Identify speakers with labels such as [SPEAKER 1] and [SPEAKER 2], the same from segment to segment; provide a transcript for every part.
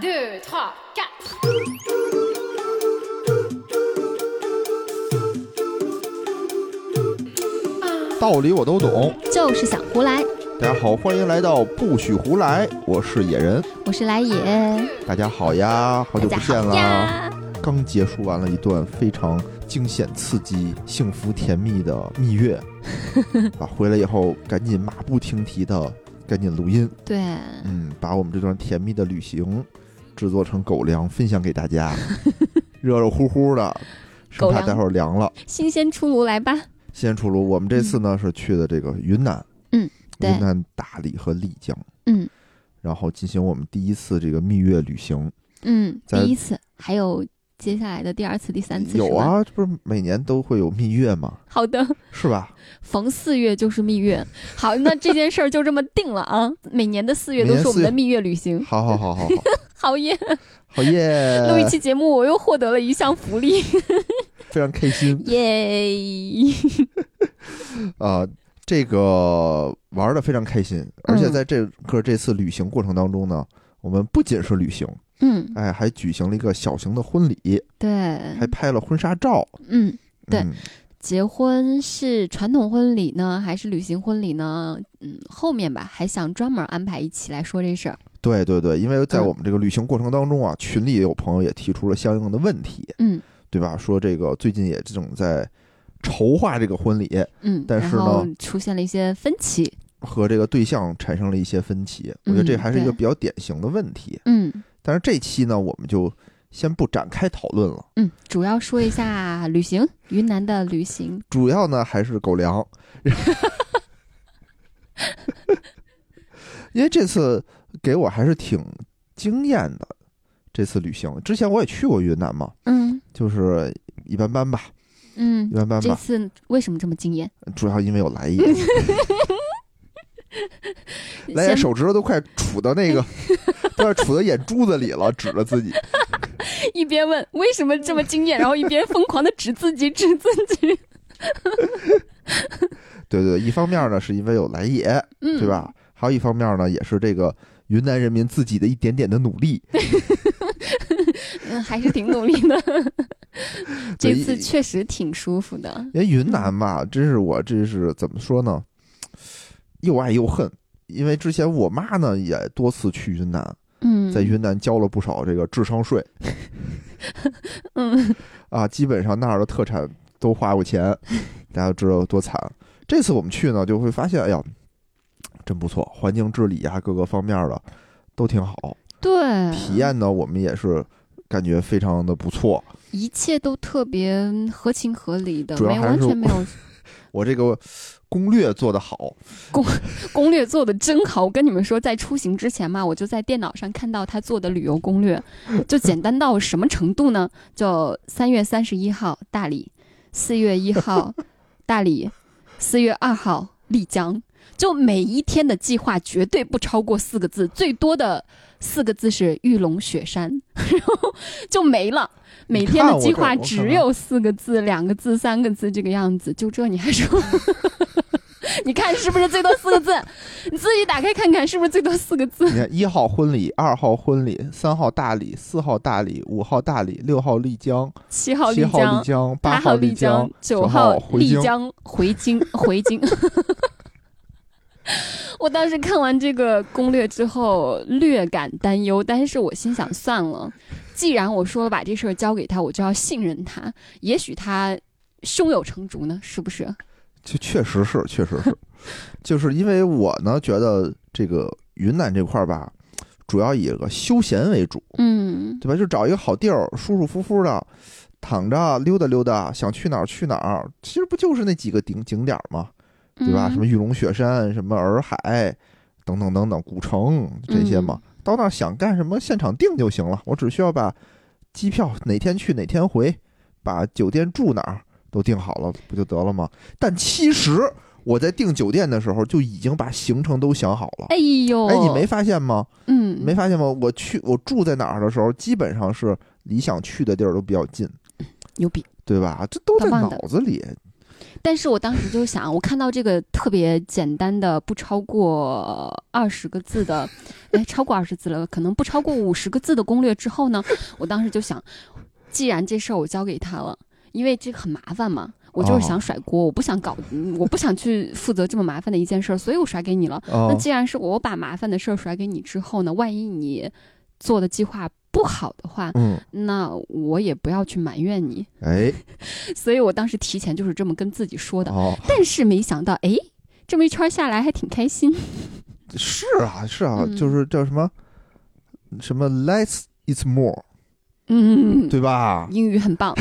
[SPEAKER 1] 2, 3, 4.
[SPEAKER 2] “道理我都懂
[SPEAKER 3] 就是想胡来，”。
[SPEAKER 2] 大家好，欢迎来到不许胡来，我是野人。
[SPEAKER 3] 我是来也，
[SPEAKER 2] 大家好呀，好久
[SPEAKER 3] 大
[SPEAKER 2] 不
[SPEAKER 3] 家
[SPEAKER 2] 见啊
[SPEAKER 3] 好
[SPEAKER 2] 啦！
[SPEAKER 3] 呀。
[SPEAKER 2] 刚结束完了一段非常惊险、刺激、幸福、甜蜜的蜜 月，啊，回来以后赶紧马不停蹄的赶紧录音，
[SPEAKER 3] 对，
[SPEAKER 2] 嗯，把我们这段甜蜜的旅行制作成狗粮分享给大 家，热热乎乎的，生
[SPEAKER 3] 狗
[SPEAKER 2] 怕
[SPEAKER 3] 粮
[SPEAKER 2] 待会儿凉了。
[SPEAKER 3] 新鲜出炉来吧。
[SPEAKER 2] 先出炉。我们这次呢是去的这个云南，
[SPEAKER 3] 嗯，对
[SPEAKER 2] 云南大理和丽江，
[SPEAKER 3] 嗯
[SPEAKER 2] 然后进行我们第一次这个蜜月旅行。
[SPEAKER 3] 嗯，
[SPEAKER 2] 咱
[SPEAKER 3] 第一次，还有接下来的第二次、第三次，
[SPEAKER 2] 有
[SPEAKER 3] 是吗？
[SPEAKER 2] 啊，这不是每年都会有蜜月吗？
[SPEAKER 3] 好的，
[SPEAKER 2] 是吧？
[SPEAKER 3] 逢四月就是蜜月。好，那这件事儿就这么定了啊。每年的四月
[SPEAKER 2] 每年
[SPEAKER 3] 都是我
[SPEAKER 2] 四
[SPEAKER 3] 们
[SPEAKER 2] 月
[SPEAKER 3] 的蜜月旅行。
[SPEAKER 2] 好好好 好好，
[SPEAKER 3] 好耶！
[SPEAKER 2] 好耶！
[SPEAKER 3] 嗯录一期节目，我又获得了一项福利，
[SPEAKER 2] 非常开心
[SPEAKER 3] 耶！
[SPEAKER 2] 啊、这个玩的非常开
[SPEAKER 3] 嗯
[SPEAKER 2] 心，而且在这个这次旅行过程当中呢。我们不仅是旅行，
[SPEAKER 3] 嗯，
[SPEAKER 2] 哎，还举行了一个小型的婚礼，
[SPEAKER 3] 对，
[SPEAKER 2] 还拍了婚纱照。
[SPEAKER 3] 嗯，对
[SPEAKER 2] 嗯
[SPEAKER 3] 结婚是传统婚礼呢，还是旅行婚礼呢？嗯，后面吧，还想专门安排一期来说这事儿。
[SPEAKER 2] 对对对，因为在
[SPEAKER 3] 嗯
[SPEAKER 2] 我们这个旅行过程当中啊，群里也有朋友也提出了相应的问题，
[SPEAKER 3] 嗯
[SPEAKER 2] 对吧？说这个最近也正在筹划这个婚礼，
[SPEAKER 3] 嗯，
[SPEAKER 2] 但是呢
[SPEAKER 3] 然后出现了一些分歧。
[SPEAKER 2] 和这个对象产生了一些分歧，我觉得这还是一个比较典型的问题。
[SPEAKER 3] 嗯
[SPEAKER 2] 但是这期呢，我们就先不展开讨论了，
[SPEAKER 3] 嗯，主要说一 下旅行，云南的旅行。
[SPEAKER 2] 主要呢还是狗粮， 因为这次给我还是挺惊艳的。这次旅行之前我也去过云南嘛，
[SPEAKER 3] 嗯
[SPEAKER 2] 就是一般般吧，
[SPEAKER 3] 嗯
[SPEAKER 2] 一，般般吧
[SPEAKER 3] 这。次为什么这么惊艳？
[SPEAKER 2] 主要因为有来 也，来也
[SPEAKER 3] 先
[SPEAKER 2] 手指头都快杵到那个， 都快杵到眼珠子里了，指着自己。
[SPEAKER 3] 一边问为什么这么 惊艳，然后一边疯狂的指自己，指自己。
[SPEAKER 2] 对对，一方面呢是因为有来也，
[SPEAKER 3] 嗯，
[SPEAKER 2] 对？吧？还有一方面呢，也是这个云南人民自己的一点点的努力。
[SPEAKER 3] 嗯，还是挺努力的。这
[SPEAKER 2] 对
[SPEAKER 3] 次确实挺舒服的。
[SPEAKER 2] 因为哎云南吧，真是我这是怎么说呢？又爱又恨，因为之前我妈呢也多次去云南，
[SPEAKER 3] 嗯，
[SPEAKER 2] 在云南交了不少这个智商税
[SPEAKER 3] 嗯
[SPEAKER 2] 啊，基本上那儿的特产都花过钱，大家都知道有多惨。这次我们去呢，就会发现，哎呀，真不错，环境治理啊，各个方面的都挺好，
[SPEAKER 3] 对，
[SPEAKER 2] 体验呢，我们也是感觉非常的不错。
[SPEAKER 3] 一切都特别合情合理的，
[SPEAKER 2] 主要
[SPEAKER 3] 没有
[SPEAKER 2] 还
[SPEAKER 3] 完
[SPEAKER 2] 是
[SPEAKER 3] 全没有
[SPEAKER 2] 我这个攻略做得好，
[SPEAKER 3] 攻略做的真好。我跟你们说，在出行之前嘛，我就在电脑上看到他做的旅游攻略，就简单到什么程度呢？就三月三十一号大理，四月一号 大理，四月二号丽江。就每一天的计划绝对不超过四个字，最多的四个字是玉龙雪山， 然后就没了。每
[SPEAKER 2] 你
[SPEAKER 3] 天
[SPEAKER 2] 看
[SPEAKER 3] 的
[SPEAKER 2] 我
[SPEAKER 3] 计
[SPEAKER 2] 这
[SPEAKER 3] 划
[SPEAKER 2] 我看
[SPEAKER 3] 只
[SPEAKER 2] 看
[SPEAKER 3] 有四个字、两个字、三个字这个样子，就这你还说？你看是不是最多四个字？你自己打开看看是不是最多四个字？
[SPEAKER 2] 你看，一号婚礼， 二号婚礼，三号大理，四号大理，五号大理，六号丽江，
[SPEAKER 3] 七号
[SPEAKER 2] 七
[SPEAKER 3] 丽
[SPEAKER 2] 号丽
[SPEAKER 3] 江，
[SPEAKER 2] 江，八
[SPEAKER 3] 八
[SPEAKER 2] 号
[SPEAKER 3] 丽
[SPEAKER 2] 丽江，，
[SPEAKER 3] 九
[SPEAKER 2] 号
[SPEAKER 3] 号
[SPEAKER 2] 回
[SPEAKER 3] 丽
[SPEAKER 2] 京
[SPEAKER 3] 江，回京，回京。 我当时看完这个攻略之后，略感担忧，但是我心想，算了，既然我说了把这事儿交给他，我就要信任他，也许他胸有成竹呢，是不是？
[SPEAKER 2] 确确实是，确实是， 就是因为我呢觉得这个云南这块儿吧，主要以个休闲为主，
[SPEAKER 3] 嗯
[SPEAKER 2] 对吧？就找一个好地儿，舒舒服服的躺着溜达溜达，想去哪儿去哪儿。其实不就是那几个景景点儿吗？对吧？
[SPEAKER 3] 嗯
[SPEAKER 2] 什么玉龙雪山、什么洱海等等等等，古城这
[SPEAKER 3] 嗯
[SPEAKER 2] 些嘛，到那儿想干什么现场定就行了。我只需要把机票哪天去哪天回，把酒店住哪儿都定好了，不就得了吗？但其实我在订酒店的时候就已经把行程都想好了。
[SPEAKER 3] 哎呦，
[SPEAKER 2] 哎，你没发现吗？
[SPEAKER 3] 嗯
[SPEAKER 2] 没发现吗？我去我住在哪儿的时候，基本上是离想去的地儿都比较近，
[SPEAKER 3] 牛逼，
[SPEAKER 2] 对吧？这都在
[SPEAKER 3] 棒棒
[SPEAKER 2] 脑
[SPEAKER 3] 的
[SPEAKER 2] 子里。
[SPEAKER 3] 但是我当时就想，我看到这个特别简单的，不超过二十个字的，哎，超过二十字了，可能不超过五十个字的攻略之后呢，我当时就想，既然这事儿我交给他了，因为这个很麻烦嘛。我就是想甩锅，我不想搞，嗯我不想去负责这么麻烦的一件事儿，所以我甩给你了。那
[SPEAKER 2] 哦，
[SPEAKER 3] 既然是我把麻烦的事儿甩给你之后呢，万一你做的计划不好的话，
[SPEAKER 2] 嗯，
[SPEAKER 3] 那我也不要去埋怨你。
[SPEAKER 2] 哎，
[SPEAKER 3] 所以我当时提前就是这么跟自己说的，
[SPEAKER 2] 哦，
[SPEAKER 3] 但是没想到，哎，这么一圈下来还挺开心。
[SPEAKER 2] 是啊，是啊，
[SPEAKER 3] 嗯
[SPEAKER 2] 就是叫什么什么 less is more，
[SPEAKER 3] 嗯，
[SPEAKER 2] 对吧？
[SPEAKER 3] 英语很棒，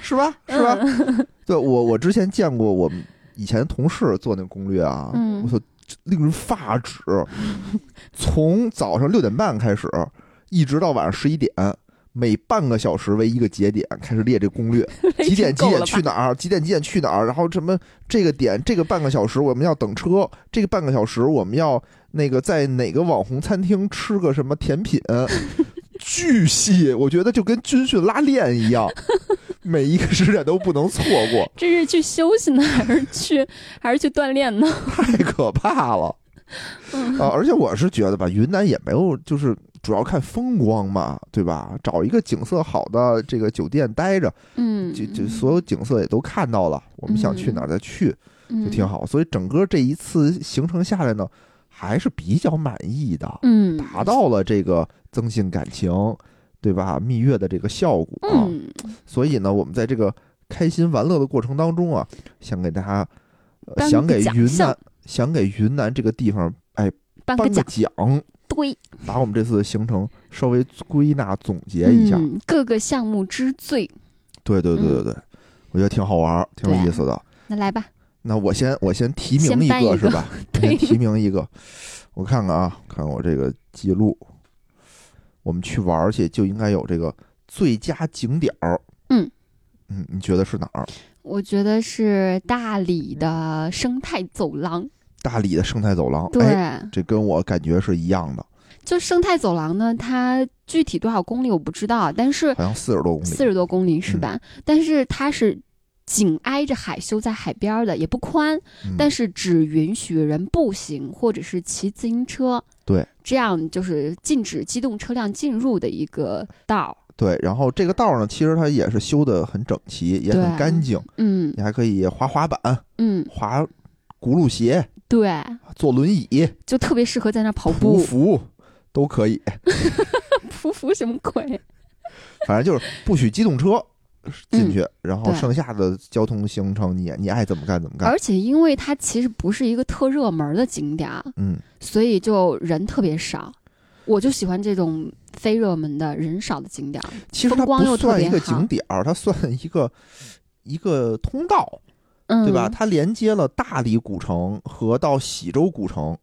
[SPEAKER 2] 是吧？是吧？
[SPEAKER 3] 嗯
[SPEAKER 2] 对我，我之前见过我们以前同事做那攻略啊，
[SPEAKER 3] 嗯
[SPEAKER 2] 我操，令人发指。从早上六点半开始，一直到晚上十一点，每半个小时为一个节点开始列这攻 略，几点几
[SPEAKER 3] 够了
[SPEAKER 2] 点
[SPEAKER 3] 吧
[SPEAKER 2] 去哪儿，几点几点去哪儿，然后什么这个点这个半个小时我们要等车，这个半个小时我们要那个在哪个网红餐厅吃个什么甜 品，巨细，我觉得就跟军训拉练一样，每一个时点都不能错过，
[SPEAKER 3] 这是去休息呢，还是去 还是去锻炼呢？
[SPEAKER 2] 太可怕了。
[SPEAKER 3] 嗯
[SPEAKER 2] 啊，而且我是觉得吧，云南也没有，就是主要看风光嘛，对吧？找一个景色好的这个酒店待着，
[SPEAKER 3] 嗯，
[SPEAKER 2] 就就所有景色也都看到了，我们想去哪儿再去
[SPEAKER 3] 嗯
[SPEAKER 2] 就挺好。所以整个这一次行程下来呢，还是比较满意的，
[SPEAKER 3] 嗯。嗯
[SPEAKER 2] 达到了这个增进感情，对吧？蜜月的这个效果、啊。
[SPEAKER 3] 嗯，
[SPEAKER 2] 所以呢，我们在这个开心玩乐的过程当中啊，想给大家，呃
[SPEAKER 3] 颁个
[SPEAKER 2] 想给云
[SPEAKER 3] 奖
[SPEAKER 2] 南
[SPEAKER 3] 项，
[SPEAKER 2] 想给云南这个地方，哎，
[SPEAKER 3] 颁
[SPEAKER 2] 颁
[SPEAKER 3] 个
[SPEAKER 2] 个
[SPEAKER 3] 奖
[SPEAKER 2] 奖，
[SPEAKER 3] 对，
[SPEAKER 2] 把我们这次的行程稍微归纳总结一下。
[SPEAKER 3] 嗯，各个项目之最。
[SPEAKER 2] 对对对对对，我觉得挺好玩儿，挺有
[SPEAKER 3] 对
[SPEAKER 2] 意思的。
[SPEAKER 3] 那来吧，
[SPEAKER 2] 那我先我先提名
[SPEAKER 3] 先
[SPEAKER 2] 一
[SPEAKER 3] 颁一
[SPEAKER 2] 个
[SPEAKER 3] 个
[SPEAKER 2] 是吧？我先
[SPEAKER 3] 对
[SPEAKER 2] 提名一个，我看看啊，看看我这个记录。我们去玩儿去就应该有这个最佳景点儿。
[SPEAKER 3] 嗯
[SPEAKER 2] 嗯，你觉得是哪儿？
[SPEAKER 3] 我觉得是大理的生态走廊。
[SPEAKER 2] 大理的生态走廊。
[SPEAKER 3] 对，
[SPEAKER 2] 哎，这跟我感觉是一样的，
[SPEAKER 3] 就生态走廊呢，它具体多少公里我嗯不知道，但是
[SPEAKER 2] 好像四十多公里。
[SPEAKER 3] 四十多公里是吧？但是它是紧挨着海，修在海边儿的，也不宽，
[SPEAKER 2] 嗯
[SPEAKER 3] 但是只允许人步行或者是骑自行车。
[SPEAKER 2] 对，
[SPEAKER 3] 这样就是禁止机动车辆进入的一个道。
[SPEAKER 2] 对，然后这个道儿呢，其实它也是修得很整齐，也很
[SPEAKER 3] 对
[SPEAKER 2] 干净。
[SPEAKER 3] 嗯
[SPEAKER 2] 你还可以滑滑板、
[SPEAKER 3] 嗯，
[SPEAKER 2] 滑轱辘鞋、
[SPEAKER 3] 对，
[SPEAKER 2] 坐轮椅、
[SPEAKER 3] 就特别适合在那儿跑
[SPEAKER 2] 匍
[SPEAKER 3] 步。
[SPEAKER 2] 匐都可以。
[SPEAKER 3] 匍匐什么鬼？
[SPEAKER 2] 反正就是不许机动车进去，然后
[SPEAKER 3] 嗯对
[SPEAKER 2] 剩下的交通行程你你爱怎么干怎么干。
[SPEAKER 3] 而且因为它其实不是一个特热门的景点儿，
[SPEAKER 2] 嗯，
[SPEAKER 3] 所以就人特别少。我就喜欢这种非热门的人少的景点儿。
[SPEAKER 2] 其实它
[SPEAKER 3] 风光
[SPEAKER 2] 不
[SPEAKER 3] 又特
[SPEAKER 2] 算
[SPEAKER 3] 别
[SPEAKER 2] 一个
[SPEAKER 3] 好
[SPEAKER 2] 景点儿，它算一个一个通道，
[SPEAKER 3] 嗯，
[SPEAKER 2] 对吧？它连接了大理古城和到喜洲古城。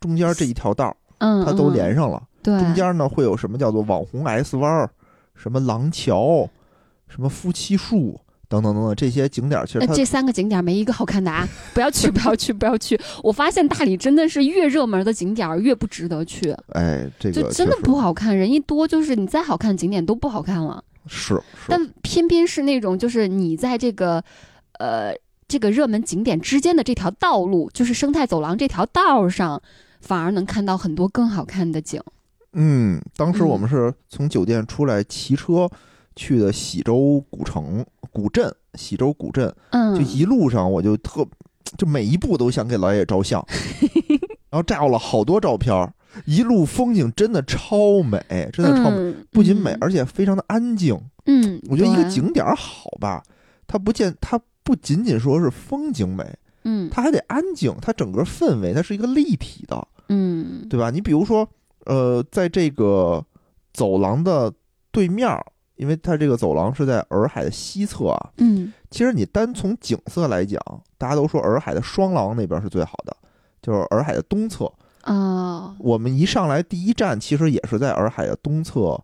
[SPEAKER 2] 中间这一条道儿，
[SPEAKER 3] 嗯，
[SPEAKER 2] 它都
[SPEAKER 3] 嗯
[SPEAKER 2] 连上了。
[SPEAKER 3] 对，
[SPEAKER 2] 中间呢，会有什么叫做网红 S 弯儿、什么廊桥、什么夫妻树等等等等这些景点儿，其实
[SPEAKER 3] 那
[SPEAKER 2] 它
[SPEAKER 3] 哎这三个景点没一个好看的啊！不要去，不要去，不要去！我发现大理真的是越热门的景点儿越不值得去，
[SPEAKER 2] 哎，这个
[SPEAKER 3] 就真的
[SPEAKER 2] 确实
[SPEAKER 3] 不好看。人一多，就是你再好看的景点都不好看了。
[SPEAKER 2] 是是
[SPEAKER 3] 但偏偏是那种，就是你在这个，呃，这个热门景点之间的这条道路，就是生态走廊这条道上，反而能看到很多更好看的景。
[SPEAKER 2] 嗯，当时我
[SPEAKER 3] 嗯
[SPEAKER 2] 们是从酒店出来骑车去的喜洲古城古镇，喜洲古镇，
[SPEAKER 3] 嗯，
[SPEAKER 2] 就一路上我就特，就每一步都想给老爷照 相，然后照了好多照片儿，一路风景真的超美，真的超美，
[SPEAKER 3] 嗯
[SPEAKER 2] 不仅美，
[SPEAKER 3] 嗯
[SPEAKER 2] 而且非常的安静。
[SPEAKER 3] 嗯，
[SPEAKER 2] 我觉得一个
[SPEAKER 3] 对，
[SPEAKER 2] 景点儿好吧，它不见它不仅仅说是风景美，
[SPEAKER 3] 嗯
[SPEAKER 2] 它还得安静，它整个氛围它是一个立体的。
[SPEAKER 3] 嗯，
[SPEAKER 2] 对吧？你比如说，呃，在这个走廊的对面儿，因为它这个走廊是在洱海的西侧啊。
[SPEAKER 3] 嗯
[SPEAKER 2] 其实你单从景色来讲，大家都说洱海的双廊那边是最好的，就是洱海的东侧。
[SPEAKER 3] 哦，
[SPEAKER 2] 我们一上来第一站其实也是在洱海的东侧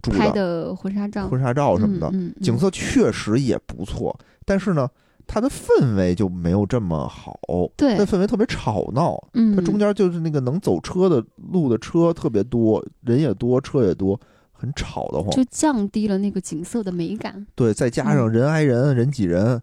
[SPEAKER 2] 住
[SPEAKER 3] 拍
[SPEAKER 2] 的
[SPEAKER 3] 的婚纱照，
[SPEAKER 2] 婚纱照什么的，
[SPEAKER 3] 嗯嗯嗯
[SPEAKER 2] 景色确实也不错，但是呢，它的氛围就没有这么好，
[SPEAKER 3] 对
[SPEAKER 2] 那氛围特别吵闹，
[SPEAKER 3] 嗯，
[SPEAKER 2] 它中间就是那个能走车的路的车特别多，人也多，车也多，很吵得慌。
[SPEAKER 3] 就降低了那个景色的美感。
[SPEAKER 2] 对，再加上
[SPEAKER 3] 嗯
[SPEAKER 2] 人挨人，人挤人，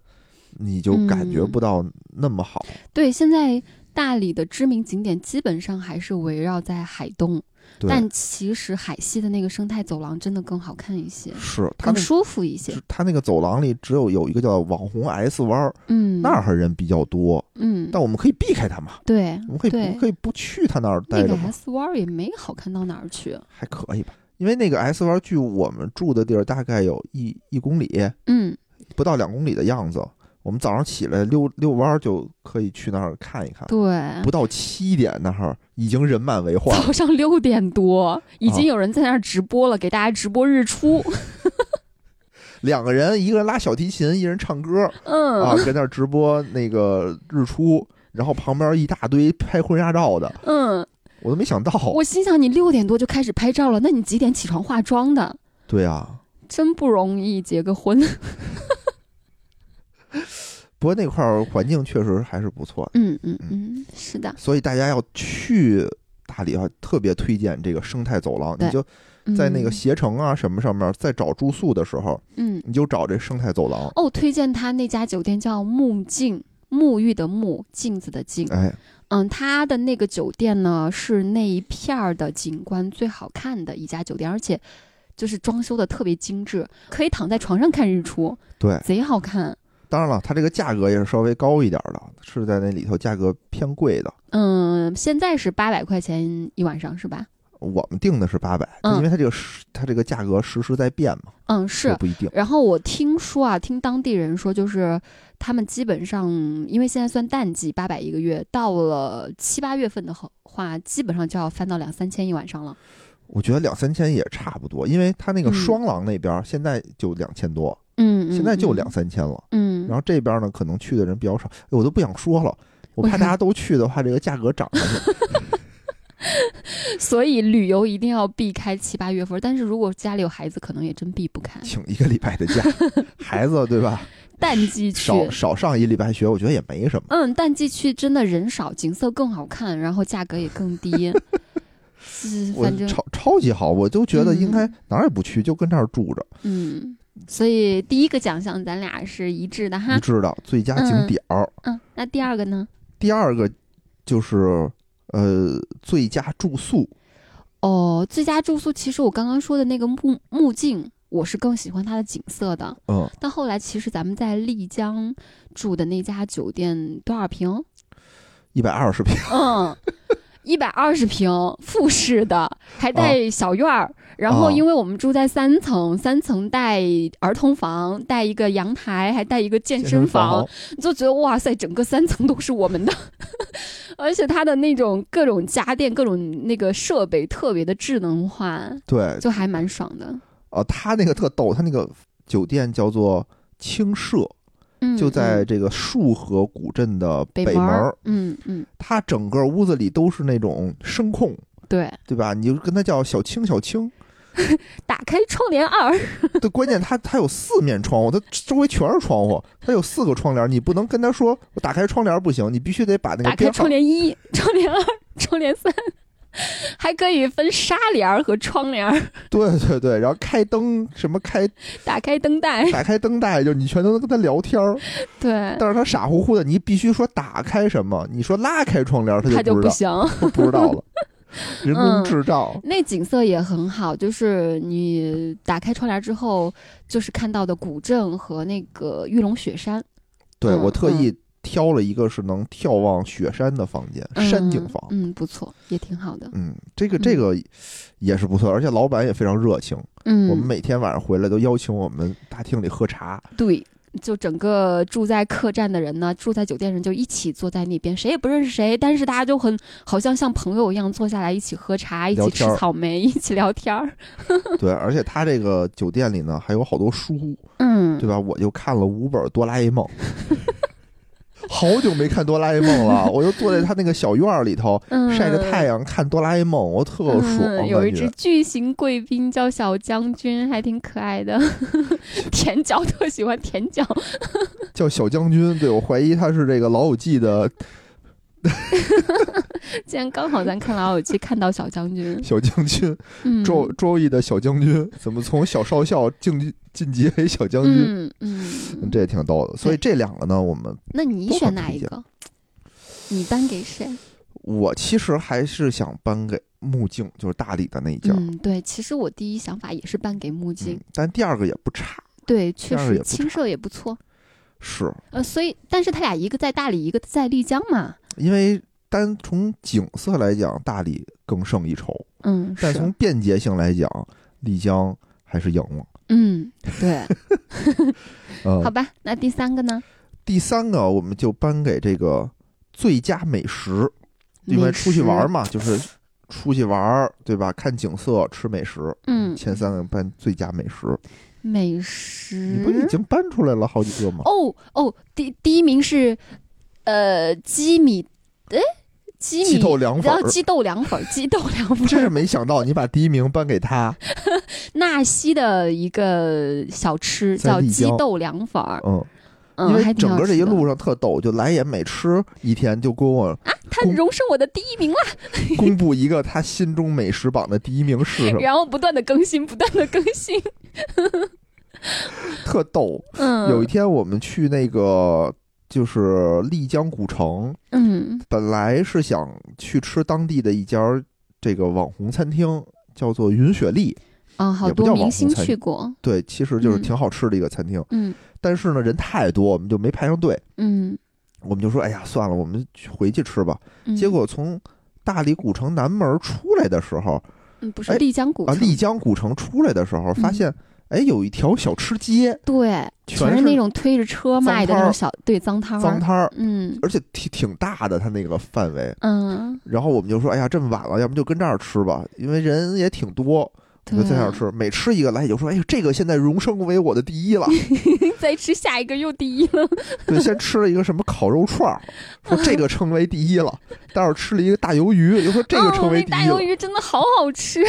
[SPEAKER 2] 你就感觉
[SPEAKER 3] 嗯
[SPEAKER 2] 不到那么好。
[SPEAKER 3] 对，现在大理的知名景点基本上还是围绕在海东，
[SPEAKER 2] 对，
[SPEAKER 3] 但其实海西的那个生态走廊真的更好看一些，
[SPEAKER 2] 是他
[SPEAKER 3] 更
[SPEAKER 2] 那
[SPEAKER 3] 舒服一些。
[SPEAKER 2] 他那个走廊里只有有一个叫网红 S 弯儿，
[SPEAKER 3] 嗯，
[SPEAKER 2] 那儿人比较多，
[SPEAKER 3] 嗯，
[SPEAKER 2] 但我们可以避开它嘛，
[SPEAKER 3] 对
[SPEAKER 2] 我们可以不
[SPEAKER 3] 对
[SPEAKER 2] 我们可以不去他那儿待着
[SPEAKER 3] 那个
[SPEAKER 2] 嘛，
[SPEAKER 3] S 弯儿也没好看到哪儿去。
[SPEAKER 2] 还可以吧。因为那个 S 弯，距我们住的地儿大概有一一公里，
[SPEAKER 3] 嗯，
[SPEAKER 2] 不到两公里的样子。我们早上起来溜溜弯儿就可以去那儿看一看，
[SPEAKER 3] 对。
[SPEAKER 2] 不到七点那儿已经人满为患 了。
[SPEAKER 3] 早上六点多，
[SPEAKER 2] 啊
[SPEAKER 3] 已经有人在那儿直播了，给大家直播 日出。
[SPEAKER 2] 两个人，一个人拉小提琴，一人唱歌
[SPEAKER 3] 嗯、
[SPEAKER 2] 啊，跟那儿直播那个日出，然后旁边一大堆拍婚纱照的，
[SPEAKER 3] 嗯，
[SPEAKER 2] 我都没想到。
[SPEAKER 3] 我心想你六点多就开始拍照了，那你几点起床化妆的？
[SPEAKER 2] 对啊，
[SPEAKER 3] 真不容易结个婚。
[SPEAKER 2] 不过那块儿环境确实还是不错，
[SPEAKER 3] 嗯嗯嗯，是的，
[SPEAKER 2] 所以大家要去大理啊，特别推荐这个生态走廊。
[SPEAKER 3] 对
[SPEAKER 2] 你就在那个
[SPEAKER 3] 嗯
[SPEAKER 2] 携程啊什么上面，在找住宿的时候，
[SPEAKER 3] 嗯
[SPEAKER 2] 你就找这生态走廊。
[SPEAKER 3] 哦，推荐他那家酒店叫木镜，沐浴的沐，镜子的镜。
[SPEAKER 2] 哎，
[SPEAKER 3] 嗯，他的那个酒店呢是那一片儿的景观最好看的一家酒店，而且就是装修的特别精致，可以躺在床上看日出，
[SPEAKER 2] 对，
[SPEAKER 3] 贼好看。
[SPEAKER 2] 当然了，它这个价格也是稍微高一点儿的，是在那里头价格偏贵的。
[SPEAKER 3] 嗯，现在是八百块钱一晚上是吧？
[SPEAKER 2] 我们定的是八百、
[SPEAKER 3] 嗯
[SPEAKER 2] 因为它这个时它这个价格实时在变嘛，
[SPEAKER 3] 嗯，
[SPEAKER 2] 这
[SPEAKER 3] 是。
[SPEAKER 2] 不一定。
[SPEAKER 3] 然后我听说啊，听当地人说，就是他们基本上，因为现在算淡季，八百一个月，到了七八月份的话，基本上就要翻到两三千一晚上了。
[SPEAKER 2] 我觉得两三千也差不多，因为它那个
[SPEAKER 3] 嗯
[SPEAKER 2] 双廊那边儿现在就两千多，
[SPEAKER 3] 嗯，嗯
[SPEAKER 2] 现在就两。三千了。
[SPEAKER 3] 嗯，
[SPEAKER 2] 然后这边呢，可能去的人比较少，哎我都不想说了，我
[SPEAKER 3] 为
[SPEAKER 2] 怕
[SPEAKER 3] 啥
[SPEAKER 2] 大家都去的话，这个价格涨上去。
[SPEAKER 3] 所以旅游一定要避开七八月份儿，但是如果家里有孩子，可能也真避不开。
[SPEAKER 2] 请一个礼拜的假，孩子对吧？
[SPEAKER 3] 淡季去，
[SPEAKER 2] 少少上一礼拜学，我觉得也没什么。
[SPEAKER 3] 嗯，淡季去真的人少，景色更好看，然后价格也更 低。是，
[SPEAKER 2] 我
[SPEAKER 3] 嗯反正
[SPEAKER 2] 超超级好，我就觉得应该
[SPEAKER 3] 嗯
[SPEAKER 2] 哪儿也不去，就跟这儿住着。
[SPEAKER 3] 嗯，所以第一个奖项咱俩是一致的
[SPEAKER 2] 一
[SPEAKER 3] 哈。
[SPEAKER 2] 致的最佳景点儿，
[SPEAKER 3] 嗯，那第二个呢？
[SPEAKER 2] 第二个就是呃最佳住宿，
[SPEAKER 3] 哦，最佳住宿其实我刚刚说的那个木木镜，我是更喜欢它的景色的。
[SPEAKER 2] 嗯，
[SPEAKER 3] 但后来其实咱们在丽江住的那家酒店多少 平？
[SPEAKER 2] 一百二十平，
[SPEAKER 3] 嗯，一百二十平，复式的，还带小院儿。然后，因为我们住在三层，三层带儿童房，带一个阳台，还带一个健身房，你就觉得哇塞，整个三层都是我们的。 而且它的那种各种家电、各种那个设备特别的智能化，
[SPEAKER 2] 对，
[SPEAKER 3] 就还蛮爽的。
[SPEAKER 2] 呃，他那个特逗，他那个酒店叫做青舍，
[SPEAKER 3] 嗯，
[SPEAKER 2] 就在
[SPEAKER 3] 嗯
[SPEAKER 2] 这个束河古镇的
[SPEAKER 3] 北
[SPEAKER 2] 北门儿
[SPEAKER 3] 儿。，嗯嗯，
[SPEAKER 2] 它整个屋子里都是那种声控，
[SPEAKER 3] 对，
[SPEAKER 2] 对吧？你就跟它叫小青小青。
[SPEAKER 3] 打开窗帘二，
[SPEAKER 2] 对，关键它它有四面窗户，它周围全是窗户，它有四个窗帘，你不能跟他说我打开窗帘不行，你必须得把那个
[SPEAKER 3] 打开
[SPEAKER 2] 编号
[SPEAKER 3] 窗。帘一、窗帘二、窗帘三， 还可以分纱帘儿和窗帘儿，
[SPEAKER 2] 对对对，然后开灯什么开
[SPEAKER 3] 打开灯带。
[SPEAKER 2] 打开灯带，就你全都能跟他聊天儿。
[SPEAKER 3] 哎对，
[SPEAKER 2] 但是他傻乎乎的，你必须说打开什么，你说拉开窗帘，
[SPEAKER 3] 它
[SPEAKER 2] 他
[SPEAKER 3] 就
[SPEAKER 2] 不知
[SPEAKER 3] 不
[SPEAKER 2] 道，
[SPEAKER 3] 行。
[SPEAKER 2] 他不知 道了。人工
[SPEAKER 3] 嗯
[SPEAKER 2] 智障，
[SPEAKER 3] 那景色也很好，就是你打开窗帘之后，就是看到的古镇和那个玉龙雪山。
[SPEAKER 2] 对
[SPEAKER 3] 嗯
[SPEAKER 2] 我特意挑了一个是能眺望雪山的房间，
[SPEAKER 3] 嗯
[SPEAKER 2] 山景房。
[SPEAKER 3] 嗯，不错，也挺好的。
[SPEAKER 2] 嗯，这个这个也是不错，而且老板也非常热情。我们
[SPEAKER 3] 嗯，
[SPEAKER 2] 每天晚上回来都邀请我们大厅里喝 茶，
[SPEAKER 3] 对。就整个住在客栈的人呢，住在酒店人就一起坐在那边，谁也不认识谁，但是大家就很好像像朋友一样坐下来一起喝茶，一
[SPEAKER 2] 聊
[SPEAKER 3] 起吃
[SPEAKER 2] 天儿
[SPEAKER 3] 草莓，一起聊天儿。
[SPEAKER 2] 对，而且他这个酒店里呢还有好多书，
[SPEAKER 3] 嗯，
[SPEAKER 2] 对吧？我就看了五本《哆啦 A 梦》，好久没看《哆啦 A 梦》 了，我就坐在他那个小院儿里头
[SPEAKER 3] 嗯，
[SPEAKER 2] 晒着太阳看《哆啦 A 梦》，我特爽，
[SPEAKER 3] 嗯。有一
[SPEAKER 2] 感觉
[SPEAKER 3] 只巨型贵宾叫小将军，还挺可爱的。 舔脚特喜欢舔脚，
[SPEAKER 2] 叫小将军，对我怀疑他是这个《老友记》的
[SPEAKER 3] 既然刚好咱看老友记看到小将军，
[SPEAKER 2] 小将军，
[SPEAKER 3] 嗯，
[SPEAKER 2] 周周易的小将军，怎么从小少校晋晋级为小将军？
[SPEAKER 3] 嗯嗯，
[SPEAKER 2] 这也挺逗的。所以这两个呢，我们
[SPEAKER 3] 那你
[SPEAKER 2] 都
[SPEAKER 3] 选
[SPEAKER 2] 很
[SPEAKER 3] 哪
[SPEAKER 2] 推
[SPEAKER 3] 一
[SPEAKER 2] 荐
[SPEAKER 3] 个？你颁给谁？
[SPEAKER 2] 我其实还是想颁给木镜，就是大理的那一家。
[SPEAKER 3] 嗯，对，其实我第一想法也是颁给木
[SPEAKER 2] 嗯
[SPEAKER 3] 金，
[SPEAKER 2] 但第二个也不差，
[SPEAKER 3] 对，确
[SPEAKER 2] 样儿也不
[SPEAKER 3] 实青社也不错，
[SPEAKER 2] 是
[SPEAKER 3] 呃，所以但是他俩一个在大理，一个在丽江嘛，
[SPEAKER 2] 因为单从景色来讲，大理更胜一筹，
[SPEAKER 3] 嗯，
[SPEAKER 2] 但
[SPEAKER 3] 是，
[SPEAKER 2] 从便捷性来讲，丽江还是赢了。
[SPEAKER 3] 嗯， 对，好
[SPEAKER 2] 呃，
[SPEAKER 3] 吧，那第三个呢？
[SPEAKER 2] 第三个我们就颁给这个最佳美食，因为
[SPEAKER 3] 美
[SPEAKER 2] 出去玩
[SPEAKER 3] 食
[SPEAKER 2] 儿，嘛，就是出去玩儿，对吧？看景色，吃美食，
[SPEAKER 3] 嗯，
[SPEAKER 2] 前三个颁最佳美食，
[SPEAKER 3] 美
[SPEAKER 2] 你不是已
[SPEAKER 3] 食，
[SPEAKER 2] 经搬出来了好几个吗？
[SPEAKER 3] 哦哦，第第一名是呃鸡米，哎，鸡
[SPEAKER 2] 鸡
[SPEAKER 3] 米。
[SPEAKER 2] 头凉粉
[SPEAKER 3] 然后
[SPEAKER 2] 儿，
[SPEAKER 3] 鸡豆凉粉儿，鸡豆凉粉儿，
[SPEAKER 2] 真是没想到你把第一名颁给 他。
[SPEAKER 3] 纳西的一个小吃
[SPEAKER 2] 在
[SPEAKER 3] 叫
[SPEAKER 2] 丽
[SPEAKER 3] 鸡
[SPEAKER 2] 江
[SPEAKER 3] 豆凉粉儿，
[SPEAKER 2] 嗯，
[SPEAKER 3] 嗯，
[SPEAKER 2] 因为
[SPEAKER 3] 还挺
[SPEAKER 2] 整
[SPEAKER 3] 好
[SPEAKER 2] 个这
[SPEAKER 3] 吃
[SPEAKER 2] 一
[SPEAKER 3] 的
[SPEAKER 2] 路上特逗，就来也每吃一天就跟 我
[SPEAKER 3] 啊他
[SPEAKER 2] 公
[SPEAKER 3] 荣升我的第一名了，
[SPEAKER 2] 公布一个他心中美食榜的第一名是什么，
[SPEAKER 3] 然后不断的更新，不断的更新。
[SPEAKER 2] 特逗。
[SPEAKER 3] 嗯，
[SPEAKER 2] 有一天我们去那个就是丽江古城，
[SPEAKER 3] 嗯
[SPEAKER 2] 本来是想去吃当地的一家这个网红餐厅，叫做云雪丽。
[SPEAKER 3] 啊，好
[SPEAKER 2] 也不
[SPEAKER 3] 多
[SPEAKER 2] 叫
[SPEAKER 3] 明
[SPEAKER 2] 网
[SPEAKER 3] 星
[SPEAKER 2] 红餐
[SPEAKER 3] 去过，
[SPEAKER 2] 对，其实就是
[SPEAKER 3] 嗯
[SPEAKER 2] 挺好吃的一个餐厅，
[SPEAKER 3] 嗯
[SPEAKER 2] 但是呢人太多，我们就没排上队。
[SPEAKER 3] 嗯，
[SPEAKER 2] 我们就说，哎呀，算了，我们去回去吃吧。
[SPEAKER 3] 嗯
[SPEAKER 2] 结果从大理古城南门出来的时候，
[SPEAKER 3] 嗯不是
[SPEAKER 2] 哎
[SPEAKER 3] 丽江古
[SPEAKER 2] 啊，
[SPEAKER 3] 城，
[SPEAKER 2] 丽江古城出来的时候，发
[SPEAKER 3] 嗯
[SPEAKER 2] 现哎有一条小吃街，
[SPEAKER 3] 对，嗯全
[SPEAKER 2] 全
[SPEAKER 3] 是那
[SPEAKER 2] 是
[SPEAKER 3] 种推着车卖
[SPEAKER 2] 脏
[SPEAKER 3] 的那
[SPEAKER 2] 摊
[SPEAKER 3] 种
[SPEAKER 2] 儿
[SPEAKER 3] 小对脏摊儿，
[SPEAKER 2] 脏摊儿，
[SPEAKER 3] 嗯
[SPEAKER 2] 而且挺挺大的，它那个范围。
[SPEAKER 3] 嗯，
[SPEAKER 2] 然后我们就说，哎呀，这么晚了，要不就跟这儿吃吧，因为人也挺多，我
[SPEAKER 3] 对，
[SPEAKER 2] 们就在这儿吃。每吃一个来，也就说，哎呦，这个现在荣升为我的第 一了。
[SPEAKER 3] 再吃下一个又第一了，
[SPEAKER 2] 对，先吃了一个什么烤肉串儿，说这个称为第一 了。待会儿吃了一个大鱿鱼，又说 这个
[SPEAKER 3] 哦
[SPEAKER 2] 称为
[SPEAKER 3] 那
[SPEAKER 2] 第
[SPEAKER 3] 大
[SPEAKER 2] 一了
[SPEAKER 3] 鱿。鱼真的好好吃，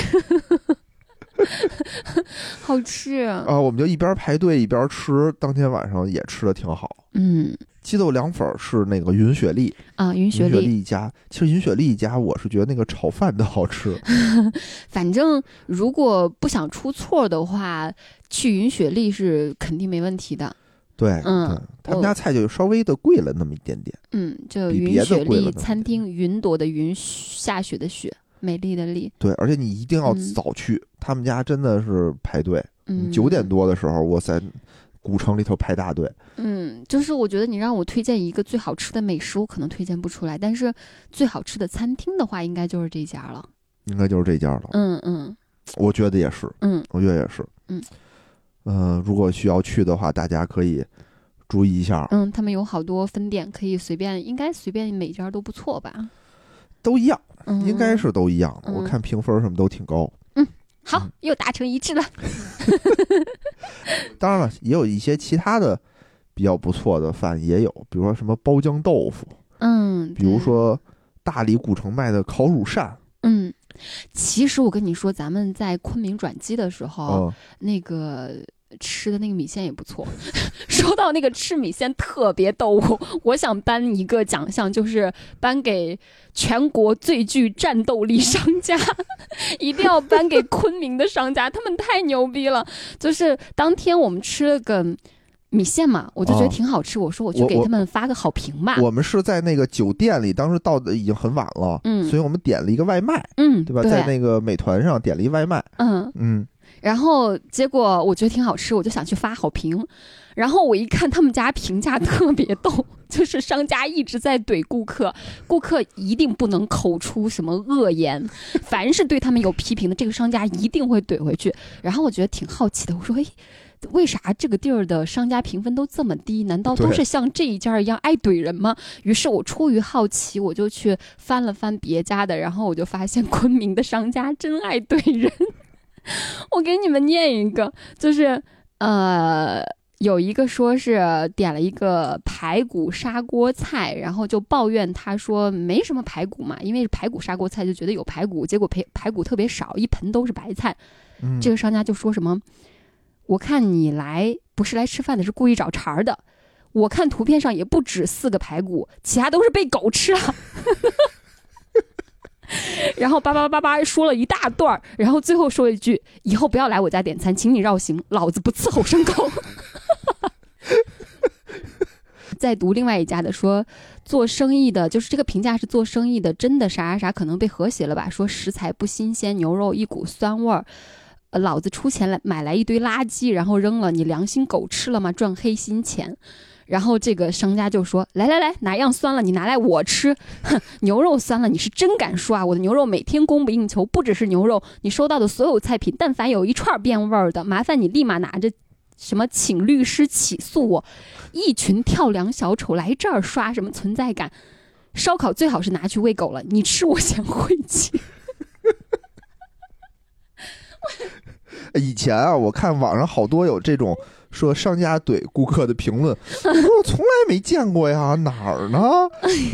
[SPEAKER 3] 好吃，
[SPEAKER 2] 啊，我们就一边排队一边吃，当天晚上也吃的挺好。
[SPEAKER 3] 嗯
[SPEAKER 2] 鸡豆凉粉儿是那个云雪丽，
[SPEAKER 3] 啊，云
[SPEAKER 2] 云
[SPEAKER 3] 雪
[SPEAKER 2] 雪
[SPEAKER 3] 丽，
[SPEAKER 2] 丽一家，其实云雪丽一家，我是觉得那个炒饭的好吃。
[SPEAKER 3] 反正如果不想出错的话，去云雪丽是肯定没问题的。
[SPEAKER 2] 对，
[SPEAKER 3] 嗯
[SPEAKER 2] 对，他们家菜就稍微的贵了那么一点点。
[SPEAKER 3] 嗯，就
[SPEAKER 2] 比
[SPEAKER 3] 云
[SPEAKER 2] 别的
[SPEAKER 3] 雪
[SPEAKER 2] 贵了
[SPEAKER 3] 丽
[SPEAKER 2] 那么
[SPEAKER 3] 餐
[SPEAKER 2] 一
[SPEAKER 3] 厅，云朵的云，下雪的雪，美丽的丽。
[SPEAKER 2] 对，而且你一定要
[SPEAKER 3] 嗯
[SPEAKER 2] 早去，他们家真的是排队，
[SPEAKER 3] 嗯，
[SPEAKER 2] 九点。多的时候，我在古城里头排大队。
[SPEAKER 3] 嗯，就是我觉得你让我推荐一个最好吃的美食，我可能推荐不出来，但是最好吃的餐厅的话，应该就是这家了。
[SPEAKER 2] 应该就是这家了，
[SPEAKER 3] 嗯嗯
[SPEAKER 2] 我觉得也是，
[SPEAKER 3] 嗯，
[SPEAKER 2] 我觉得也是。
[SPEAKER 3] 嗯，
[SPEAKER 2] 呃，如果需要去的话，大家可以注意一下，
[SPEAKER 3] 嗯，他们有好多分店，可以随便，应该随便每家都不错吧？
[SPEAKER 2] 都一样，
[SPEAKER 3] 嗯，
[SPEAKER 2] 应该是都一样的。
[SPEAKER 3] 嗯
[SPEAKER 2] 我看评分什么都挺高。
[SPEAKER 3] 好，
[SPEAKER 2] 嗯
[SPEAKER 3] 又达成一致了。
[SPEAKER 2] 当然了，也有一些其他的比较不错的饭也有，比如说什么包浆豆腐，
[SPEAKER 3] 嗯，
[SPEAKER 2] 比如
[SPEAKER 3] 对
[SPEAKER 2] 说大理古城卖的烤乳扇，
[SPEAKER 3] 嗯，其实我跟你说，咱们在昆明转机的时候，
[SPEAKER 2] 嗯，
[SPEAKER 3] 那个吃的那个米线也不错。 说到那个吃米线特别逗我，我想颁一个奖项，就是颁给全国最具战斗力商家， 一定要颁给昆明的商家，他们太牛逼了。就是当天我们吃了个。米线嘛，我就觉得
[SPEAKER 2] 哦
[SPEAKER 3] 挺好吃。我说我去
[SPEAKER 2] 我
[SPEAKER 3] 给
[SPEAKER 2] 我
[SPEAKER 3] 他们发个好评吧。
[SPEAKER 2] 我们是在那个酒店里，当时到的已经很晚了，
[SPEAKER 3] 嗯
[SPEAKER 2] 所以我们点了一个外卖，
[SPEAKER 3] 嗯，
[SPEAKER 2] 对吧？在那个美团上点了一外卖，
[SPEAKER 3] 嗯，
[SPEAKER 2] 嗯，
[SPEAKER 3] 然后结果我觉得挺好吃，我就想去发好评。然后我一看他们家评价特别逗，就是商家一直在怼顾客，顾客一定不能口出什么恶言，凡是对他们有批评的，这个商家一定会怼回去。然后我觉得挺好奇的，我说，哎。为啥这个地儿的商家评分都这么低？难道都
[SPEAKER 2] 对
[SPEAKER 3] 是像这一家一样爱怼人吗？于是我出于好奇，我就去翻了翻别家的，然后我就发现昆明的商家真爱怼人。 我给你们念一个，就是呃，有一个说是点了一个排骨砂锅菜，然后就抱怨他说没什么排骨嘛，因为排骨砂锅菜就觉得有排骨，结果排排骨特别少，一盆都是白菜。
[SPEAKER 2] 嗯
[SPEAKER 3] 这个商家就说什么：“我看你来不是来吃饭的，是故意找茬儿的。我看图片上也不止四个排骨，其他都是被狗吃了。” 然后叭叭叭叭说了一大段儿，然后最后说一句：“以后不要来我家点餐，请你绕行，老子不伺候牲口。” 再读另外一家的说，做生意的，就是这个评价是做生意的，真的啥啥啥可能被和谐了吧？说食材不新鲜，牛肉一股酸味儿，呃老子出钱来买来一堆垃圾，然后扔了，你良心狗吃了吗？赚黑心钱。然后这个商家就说：“来来来，哪样酸了你拿来我吃，哼，牛肉酸了你是真敢说啊！我的牛肉每天供不应求，不只是牛肉，你收到的所有菜品，但凡有一串儿变味儿的，麻烦你立马拿着什么请律师起诉我。一群跳梁小丑来这儿刷什么存在感？烧烤最好是拿去喂狗了，你吃我嫌晦气。
[SPEAKER 2] 以前啊，我看网上好多有这种说商家怼顾客的评 论，我说我从来没见过呀，哪儿呢？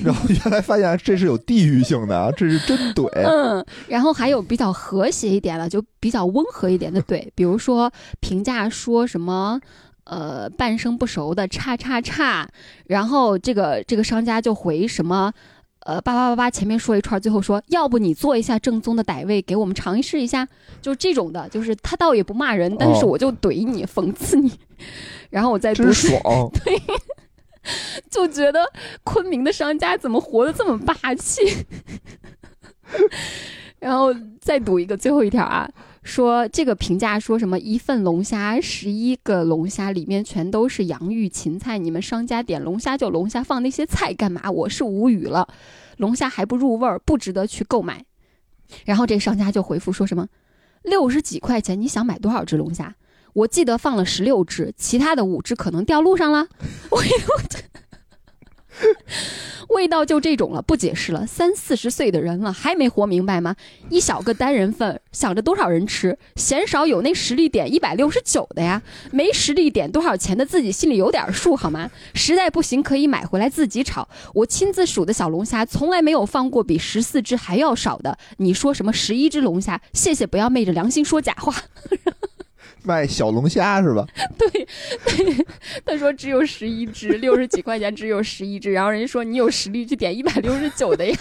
[SPEAKER 2] 然后原来发现这是有地域性的啊，这是真怼。
[SPEAKER 3] 嗯，然后还有比较和谐一点的，就比较温和一点的怼，比如说评价说什么。呃，半生不熟的叉叉叉，然后这个这个商家就回什么，呃，叭叭叭叭，前面说一串，最后说，要不你做一下正宗的傣味给我们尝试一下，就是这种的，就是他倒也不骂人，但是
[SPEAKER 2] 哦
[SPEAKER 3] 我就怼你，讽刺你， 然后我再读
[SPEAKER 2] 真
[SPEAKER 3] 书
[SPEAKER 2] 爽！
[SPEAKER 3] 就觉得昆明的商家怎么活得这么霸气？然后再读一个最后一条啊，说这个评价说什么一份龙虾，十一个龙虾里面全都是洋芋芹菜，你们商家点龙虾就龙虾，放那些菜干嘛？我是无语了，龙虾还不入味儿，不值得去购买。然后这商家就回复说什么六十几块钱，你想买多少只龙虾？我记得放了十六只，其他的五只可能掉路上了。我味道就这种了，不解释了。三四十岁的人了，还没活明白吗？一小个单人份，想着多少人吃，嫌少有那实力点一百六十九的呀，没实力点多少钱的自己心里有点数好吗？实在不行可以买回来自己炒。我亲自数的小龙虾，从来没有放过比十四只还要少的。你说什么十一只龙虾？谢谢，不要昧着良心说假话。
[SPEAKER 2] 卖小龙虾是吧？
[SPEAKER 3] 对，他说只有十一只，六十几块钱只有十一只，然后人家说你有实力去点一百六十九的呀。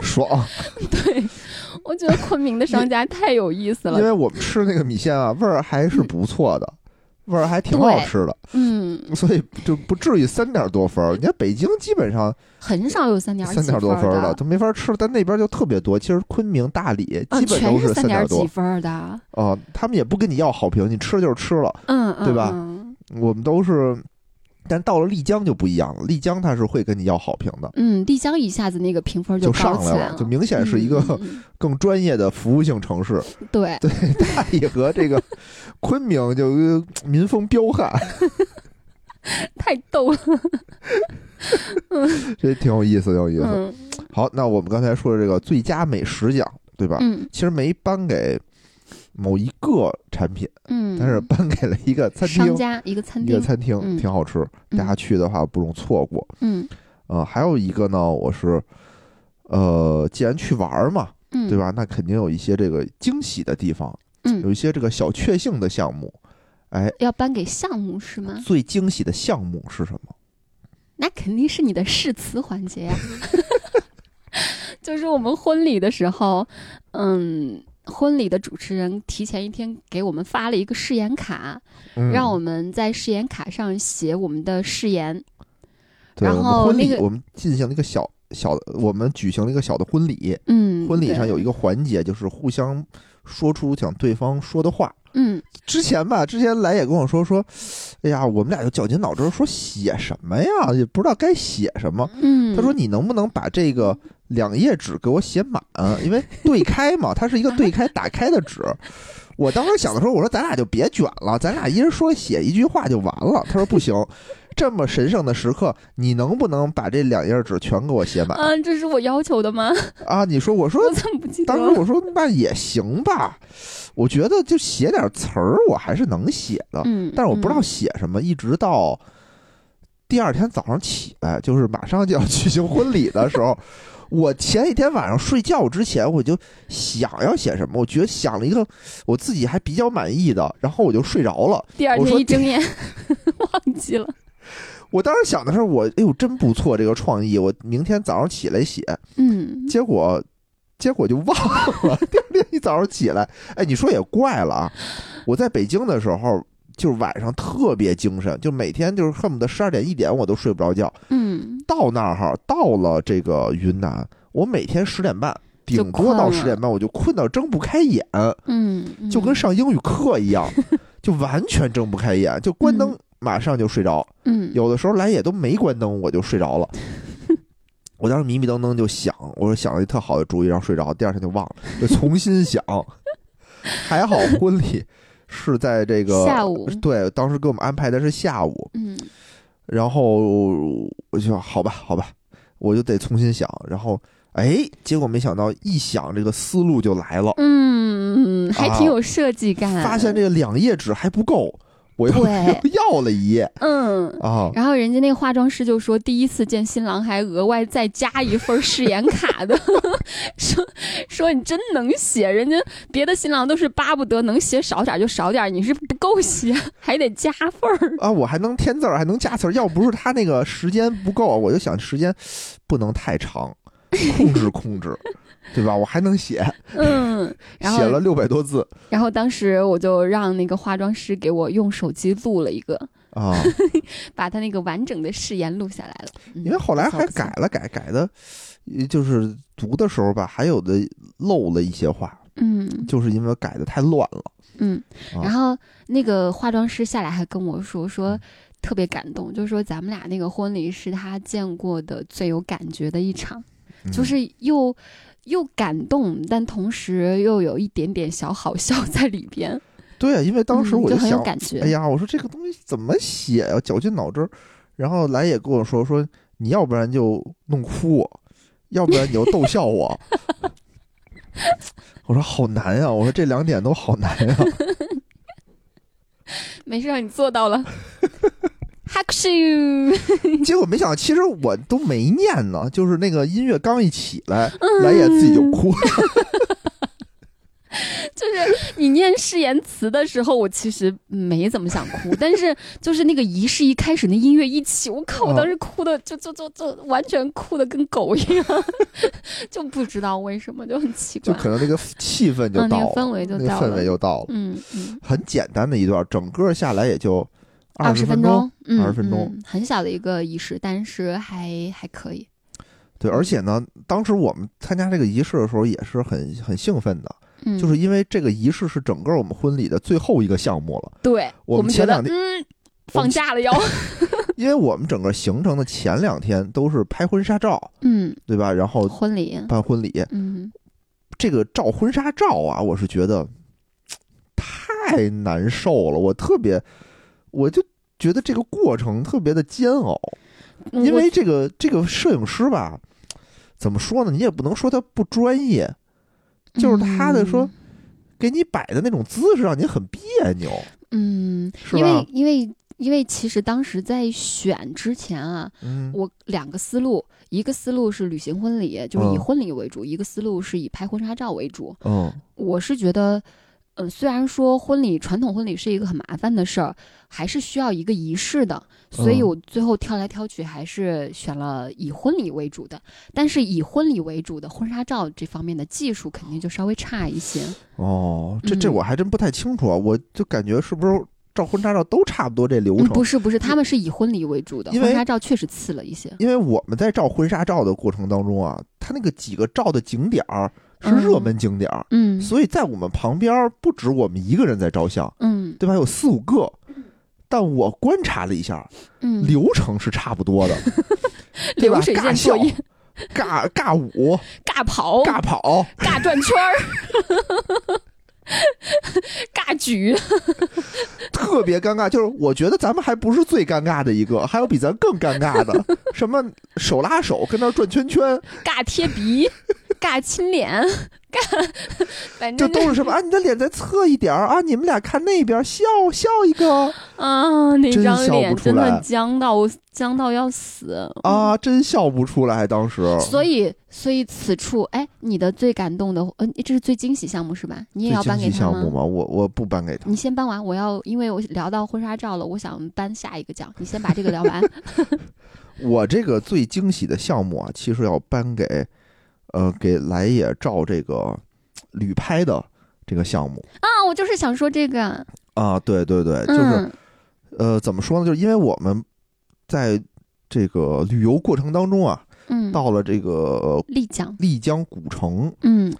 [SPEAKER 2] 爽！
[SPEAKER 3] 对，我觉得昆明的商家太有意思
[SPEAKER 2] 因
[SPEAKER 3] 了。
[SPEAKER 2] 为我们吃那个米线啊，味儿还是不错的，味儿还挺好吃的，
[SPEAKER 3] 嗯，
[SPEAKER 2] 所以就不至于三点多分儿。你看北京基本上
[SPEAKER 3] 很少有三点
[SPEAKER 2] 三点多分儿
[SPEAKER 3] 的
[SPEAKER 2] 的，，都没法吃，但那边就特别多。其实昆明、大理
[SPEAKER 3] 啊
[SPEAKER 2] 基本
[SPEAKER 3] 全
[SPEAKER 2] 都
[SPEAKER 3] 是
[SPEAKER 2] 三
[SPEAKER 3] 点
[SPEAKER 2] 点多
[SPEAKER 3] 几分儿的，
[SPEAKER 2] 啊，他们也不跟你要好评，你吃就是吃了。
[SPEAKER 3] 嗯，嗯
[SPEAKER 2] 对吧
[SPEAKER 3] 嗯
[SPEAKER 2] 我们都是，但到了丽江就不一样了，丽江它是会跟你要好评的，
[SPEAKER 3] 嗯，丽江一下子那个评分
[SPEAKER 2] 就
[SPEAKER 3] 高
[SPEAKER 2] 上
[SPEAKER 3] 起
[SPEAKER 2] 来
[SPEAKER 3] 了，
[SPEAKER 2] 就明显是一个
[SPEAKER 3] 嗯嗯
[SPEAKER 2] 更专业的服务性城市。
[SPEAKER 3] 嗯对，
[SPEAKER 2] 大理和这个昆明就呃民风彪悍，
[SPEAKER 3] 太逗了。
[SPEAKER 2] 这挺有意思，挺有意思。
[SPEAKER 3] 嗯
[SPEAKER 2] 好，那我们刚才说的这个最佳美食奖，对吧？
[SPEAKER 3] 嗯
[SPEAKER 2] 其实没颁给某一个产品，
[SPEAKER 3] 嗯，
[SPEAKER 2] 但是颁给了一个餐
[SPEAKER 3] 商
[SPEAKER 2] 厅，
[SPEAKER 3] 家一个餐
[SPEAKER 2] 一个
[SPEAKER 3] 厅，
[SPEAKER 2] 餐厅、
[SPEAKER 3] 嗯
[SPEAKER 2] 挺好吃，
[SPEAKER 3] 嗯
[SPEAKER 2] 大家去的话不容错过。
[SPEAKER 3] 嗯
[SPEAKER 2] 呃，还有一个呢，我是，呃，既然去玩儿嘛，
[SPEAKER 3] 嗯，
[SPEAKER 2] 对？吧？那肯定有一些这个惊喜的地方，有
[SPEAKER 3] 嗯，
[SPEAKER 2] 一些这个小确幸的项目。哎，
[SPEAKER 3] 要颁给项目是吗？
[SPEAKER 2] 最惊喜的项目是什么？
[SPEAKER 3] 那肯定是你的誓词环节呀、 就是我们婚礼的时候，嗯，婚礼的主持人提前一天给我们发了一个誓言卡，
[SPEAKER 2] 嗯
[SPEAKER 3] 让我们在誓言卡上写我们的誓言。
[SPEAKER 2] 对
[SPEAKER 3] 然
[SPEAKER 2] 我们
[SPEAKER 3] 后
[SPEAKER 2] 婚
[SPEAKER 3] 那
[SPEAKER 2] 礼，
[SPEAKER 3] 个
[SPEAKER 2] 我们进行了一个小小的，我们举行了一个小的婚礼。
[SPEAKER 3] 嗯，
[SPEAKER 2] 婚礼上
[SPEAKER 3] 对
[SPEAKER 2] 有一个环节，就是互相说出想对方说的话。
[SPEAKER 3] 嗯
[SPEAKER 2] 之前吧，之前来也跟我说说，哎呀，我们俩就绞尽脑汁说写什么呀，也不知道该写什么。
[SPEAKER 3] 嗯，
[SPEAKER 2] 他说：“你能不能把这个两页纸给我写满？因为对开嘛， 它是一个对开打开的纸。”我当时想的时候，我说：“咱俩就别卷了，咱俩一人说写一句话就完了。”他说：“不 行，这么神圣的时刻，你能不能把这两页纸全给我写满
[SPEAKER 3] 啊，这是我要求的吗？
[SPEAKER 2] 啊？”你说，我说
[SPEAKER 3] 我怎么不记得
[SPEAKER 2] 当时
[SPEAKER 3] 了？
[SPEAKER 2] 我说那也行吧，我觉得就写点词儿，我还是能写的，
[SPEAKER 3] 嗯，
[SPEAKER 2] 但是我不知道
[SPEAKER 3] 嗯
[SPEAKER 2] 写什么，一直到第二天早上起来，就是马上就要 举行婚礼的时候，我前一天晚上睡觉之前我就想要写什么，我觉得想了一个我自己还比较满意的，然后我就睡着了。
[SPEAKER 3] 第二
[SPEAKER 2] 我说
[SPEAKER 3] 天一睁眼忘记了。
[SPEAKER 2] 我当时想的是我，哎呦，真不错这个创意，我明天早上起来写，
[SPEAKER 3] 嗯，
[SPEAKER 2] 结果结果就忘 了。第二天一早上起来，哎，你说也怪了啊！我在北京的时候，就是晚上特别精神，就每天就是恨不得十二点一点我都睡不着觉。
[SPEAKER 3] 嗯，
[SPEAKER 2] 到那儿哈，到了这个云南，我每天十点半，
[SPEAKER 3] 就
[SPEAKER 2] 顶多到
[SPEAKER 3] 困了
[SPEAKER 2] 十点半，我就困到睁不开眼，
[SPEAKER 3] 嗯，
[SPEAKER 2] 就跟上英语课一 样，就完全睁不开眼，就关灯
[SPEAKER 3] 嗯
[SPEAKER 2] 马上就睡着。
[SPEAKER 3] 嗯，
[SPEAKER 2] 有的时候来也都没关灯，我就睡着 了。我当时迷迷瞪瞪就想，我说想了一特好的主意，然后睡着，第二天就忘了，就重新想。 还好婚礼是在这个
[SPEAKER 3] 下午
[SPEAKER 2] 对，当时给我们安排的是下午，
[SPEAKER 3] 嗯
[SPEAKER 2] 然后我就好吧，好吧，我就得重新想。然后哎，结果没想到一想，这个思路就来了，
[SPEAKER 3] 嗯，还挺
[SPEAKER 2] 啊
[SPEAKER 3] 有设计感，
[SPEAKER 2] 发现这个两页纸还不够，我又
[SPEAKER 3] 对
[SPEAKER 2] 又要了一页
[SPEAKER 3] 嗯。
[SPEAKER 2] 啊。
[SPEAKER 3] 然后人家那个化妆师就说，第一次见新郎还额外再加一份誓言卡的， 说说你真能写，人家别的新郎都是巴不得能写少点就少点，你是不够写，还得加份儿。
[SPEAKER 2] 啊，我还能添字儿，还能加词儿。要不是他那个时间不够，啊我就想时间不能太长，控制控制，对吧？我还能写，
[SPEAKER 3] 嗯， 然
[SPEAKER 2] 写了
[SPEAKER 3] 后
[SPEAKER 2] 六百多字
[SPEAKER 3] 然后当时我就让那个化妆师给我用手机录了一个，
[SPEAKER 2] 啊，
[SPEAKER 3] 把他那个完整的誓言录下来了。嗯
[SPEAKER 2] 因为后来还
[SPEAKER 3] 不错
[SPEAKER 2] 改了改，改的，呃就是读的时候吧，还有的漏了一些话，
[SPEAKER 3] 嗯
[SPEAKER 2] 就是因为改的太乱了。
[SPEAKER 3] 嗯，
[SPEAKER 2] 啊
[SPEAKER 3] 然后那个化妆师下来还跟我说说。特别感动，就是说咱们俩那个婚礼是他见过的最有感觉的一场，
[SPEAKER 2] 嗯
[SPEAKER 3] 就是又又感动，但同时又有一点点小好笑在里边。
[SPEAKER 2] 对，啊因为当时
[SPEAKER 3] 嗯
[SPEAKER 2] 我
[SPEAKER 3] 就很有
[SPEAKER 2] 想，
[SPEAKER 3] 感觉
[SPEAKER 2] 哎呀，我说这个东西怎么写呀、绞尽脑汁儿。然后来也跟我说说，你要不然就弄哭我，要不然你就逗笑我。 我说好难呀、我说这两点都好难啊呀、
[SPEAKER 3] 没事儿，你做 到了。哈克咻！
[SPEAKER 2] 结果没想到，其实我都没念呢，就是那个音乐刚一起来，
[SPEAKER 3] 嗯
[SPEAKER 2] 来也自己就哭了。
[SPEAKER 3] 就是 你念誓言词的时候，我其实没怎么想哭，但是就是那个仪式一开始，那音乐一起，我靠，
[SPEAKER 2] 嗯
[SPEAKER 3] 我当时哭的就就就就完全哭的跟狗一样， 就不知道为什么，就很奇
[SPEAKER 2] 就
[SPEAKER 3] 怪。
[SPEAKER 2] 可能那个气氛就
[SPEAKER 3] 嗯那
[SPEAKER 2] 到
[SPEAKER 3] 个
[SPEAKER 2] 了，
[SPEAKER 3] 氛围就
[SPEAKER 2] 那个
[SPEAKER 3] 到了
[SPEAKER 2] 氛围就到了。
[SPEAKER 3] 嗯嗯，
[SPEAKER 2] 很简单的一段，整个下来也就
[SPEAKER 3] 二
[SPEAKER 2] 十
[SPEAKER 3] 十分
[SPEAKER 2] 钟。
[SPEAKER 3] 钟，嗯，
[SPEAKER 2] 20分钟
[SPEAKER 3] 嗯很小的一个仪式，但是还还可以。
[SPEAKER 2] 对，
[SPEAKER 3] 嗯
[SPEAKER 2] 而且呢，当时我们参加这个仪式的时候也是很很兴奋的，
[SPEAKER 3] 嗯，
[SPEAKER 2] 就是因为这个仪式是整个我们婚礼的最后一个项目 了。
[SPEAKER 3] 对，
[SPEAKER 2] 我
[SPEAKER 3] 我
[SPEAKER 2] 们前
[SPEAKER 3] 觉得
[SPEAKER 2] 两天
[SPEAKER 3] 嗯，放假了要，
[SPEAKER 2] 因为我们整个行程的前两天都是拍婚纱照，
[SPEAKER 3] 嗯，
[SPEAKER 2] 对吧？然后
[SPEAKER 3] 婚礼，
[SPEAKER 2] 办婚礼，
[SPEAKER 3] 嗯，
[SPEAKER 2] 这个照婚纱照啊，我是觉得嘖太难受了，我特别，我就觉得这个过程特别的煎熬，
[SPEAKER 3] 嗯
[SPEAKER 2] 因为这个这个摄影师吧，怎么说呢？你也不能说他不专业，
[SPEAKER 3] 我嗯
[SPEAKER 2] 就是他的说，给你摆的那种姿势让你很别扭，
[SPEAKER 3] 嗯，嗯
[SPEAKER 2] 是
[SPEAKER 3] 因为
[SPEAKER 2] 吧？
[SPEAKER 3] 因为因为其实当时在选之前啊，
[SPEAKER 2] 嗯，
[SPEAKER 3] 我两个思路，一个思路是旅行婚礼，就是以
[SPEAKER 2] 嗯
[SPEAKER 3] 婚礼为主；一个思路是以拍婚纱照为主。
[SPEAKER 2] 嗯，
[SPEAKER 3] 我是觉得，呃，虽然说婚礼传统婚礼是一个很麻烦的事儿，还是需要一个仪式的，所以
[SPEAKER 2] 嗯
[SPEAKER 3] 我最后挑来挑去还是选了以婚礼为主的。但是以婚礼为主的婚纱照这方面的技术肯定就稍微差一些。
[SPEAKER 2] 哦，这这
[SPEAKER 3] 嗯
[SPEAKER 2] 我还真不太清楚啊，我就感觉是不是照婚纱照都差不多这流
[SPEAKER 3] 嗯，
[SPEAKER 2] 程
[SPEAKER 3] 不？是不是，他们是以婚礼为主的，
[SPEAKER 2] 因为
[SPEAKER 3] 婚纱照确实次了一些。
[SPEAKER 2] 因为我们在照婚纱照的过程当中啊，它那个几个照的景点儿是热门景点儿，
[SPEAKER 3] 嗯
[SPEAKER 2] 所以在我们旁边儿不止我们一个人在照相，
[SPEAKER 3] 嗯
[SPEAKER 2] 对吧？有四五个。但我观察了一下，
[SPEAKER 3] 嗯，
[SPEAKER 2] 流程是差不 多的，对吧
[SPEAKER 3] 流水线
[SPEAKER 2] 尬
[SPEAKER 3] 作
[SPEAKER 2] 笑
[SPEAKER 3] 业、哦
[SPEAKER 2] 尬尬舞、
[SPEAKER 3] 尬跑、
[SPEAKER 2] 尬跑，
[SPEAKER 3] 尬转圈儿、 尬举，
[SPEAKER 2] 特别尴尬，就是我觉得咱们还不是最尴尬的一个，还有比咱更尴尬 的，什么手拉手跟那儿转圈圈，
[SPEAKER 3] 尬贴鼻，尬亲脸， 反
[SPEAKER 2] 就
[SPEAKER 3] 正
[SPEAKER 2] 都是什么啊？你的脸再侧一点儿啊！你们俩看那边笑笑一个
[SPEAKER 3] 啊，那
[SPEAKER 2] 真
[SPEAKER 3] 张
[SPEAKER 2] 笑不
[SPEAKER 3] 脸
[SPEAKER 2] 出
[SPEAKER 3] 真的
[SPEAKER 2] 来
[SPEAKER 3] 僵到我僵到要死！
[SPEAKER 2] 啊，真笑不出来。当时
[SPEAKER 3] 嗯所以，所以此处，哎，你的最感动的，呃，这是最惊喜项目是吧？你也
[SPEAKER 2] 这
[SPEAKER 3] 要
[SPEAKER 2] 经
[SPEAKER 3] 颁给
[SPEAKER 2] 济
[SPEAKER 3] 他
[SPEAKER 2] 项目
[SPEAKER 3] 吗？
[SPEAKER 2] 嘛，我我不颁给他
[SPEAKER 3] 你。先颁完，我要，因为我聊到婚纱照了，我想颁下一个奖。你先把这个聊完。
[SPEAKER 2] 我这个最惊喜的项目啊，其实要颁给，呃，给来也照这个旅拍的这个项目
[SPEAKER 3] 啊，我就是想说这个，
[SPEAKER 2] 啊。对对对，就是、
[SPEAKER 3] 嗯
[SPEAKER 2] 呃，怎么说呢？就是因为我们在这个旅游过程当中啊，
[SPEAKER 3] 嗯，
[SPEAKER 2] 到了这个呃
[SPEAKER 3] 立奖，
[SPEAKER 2] 丽江古城，
[SPEAKER 3] 嗯，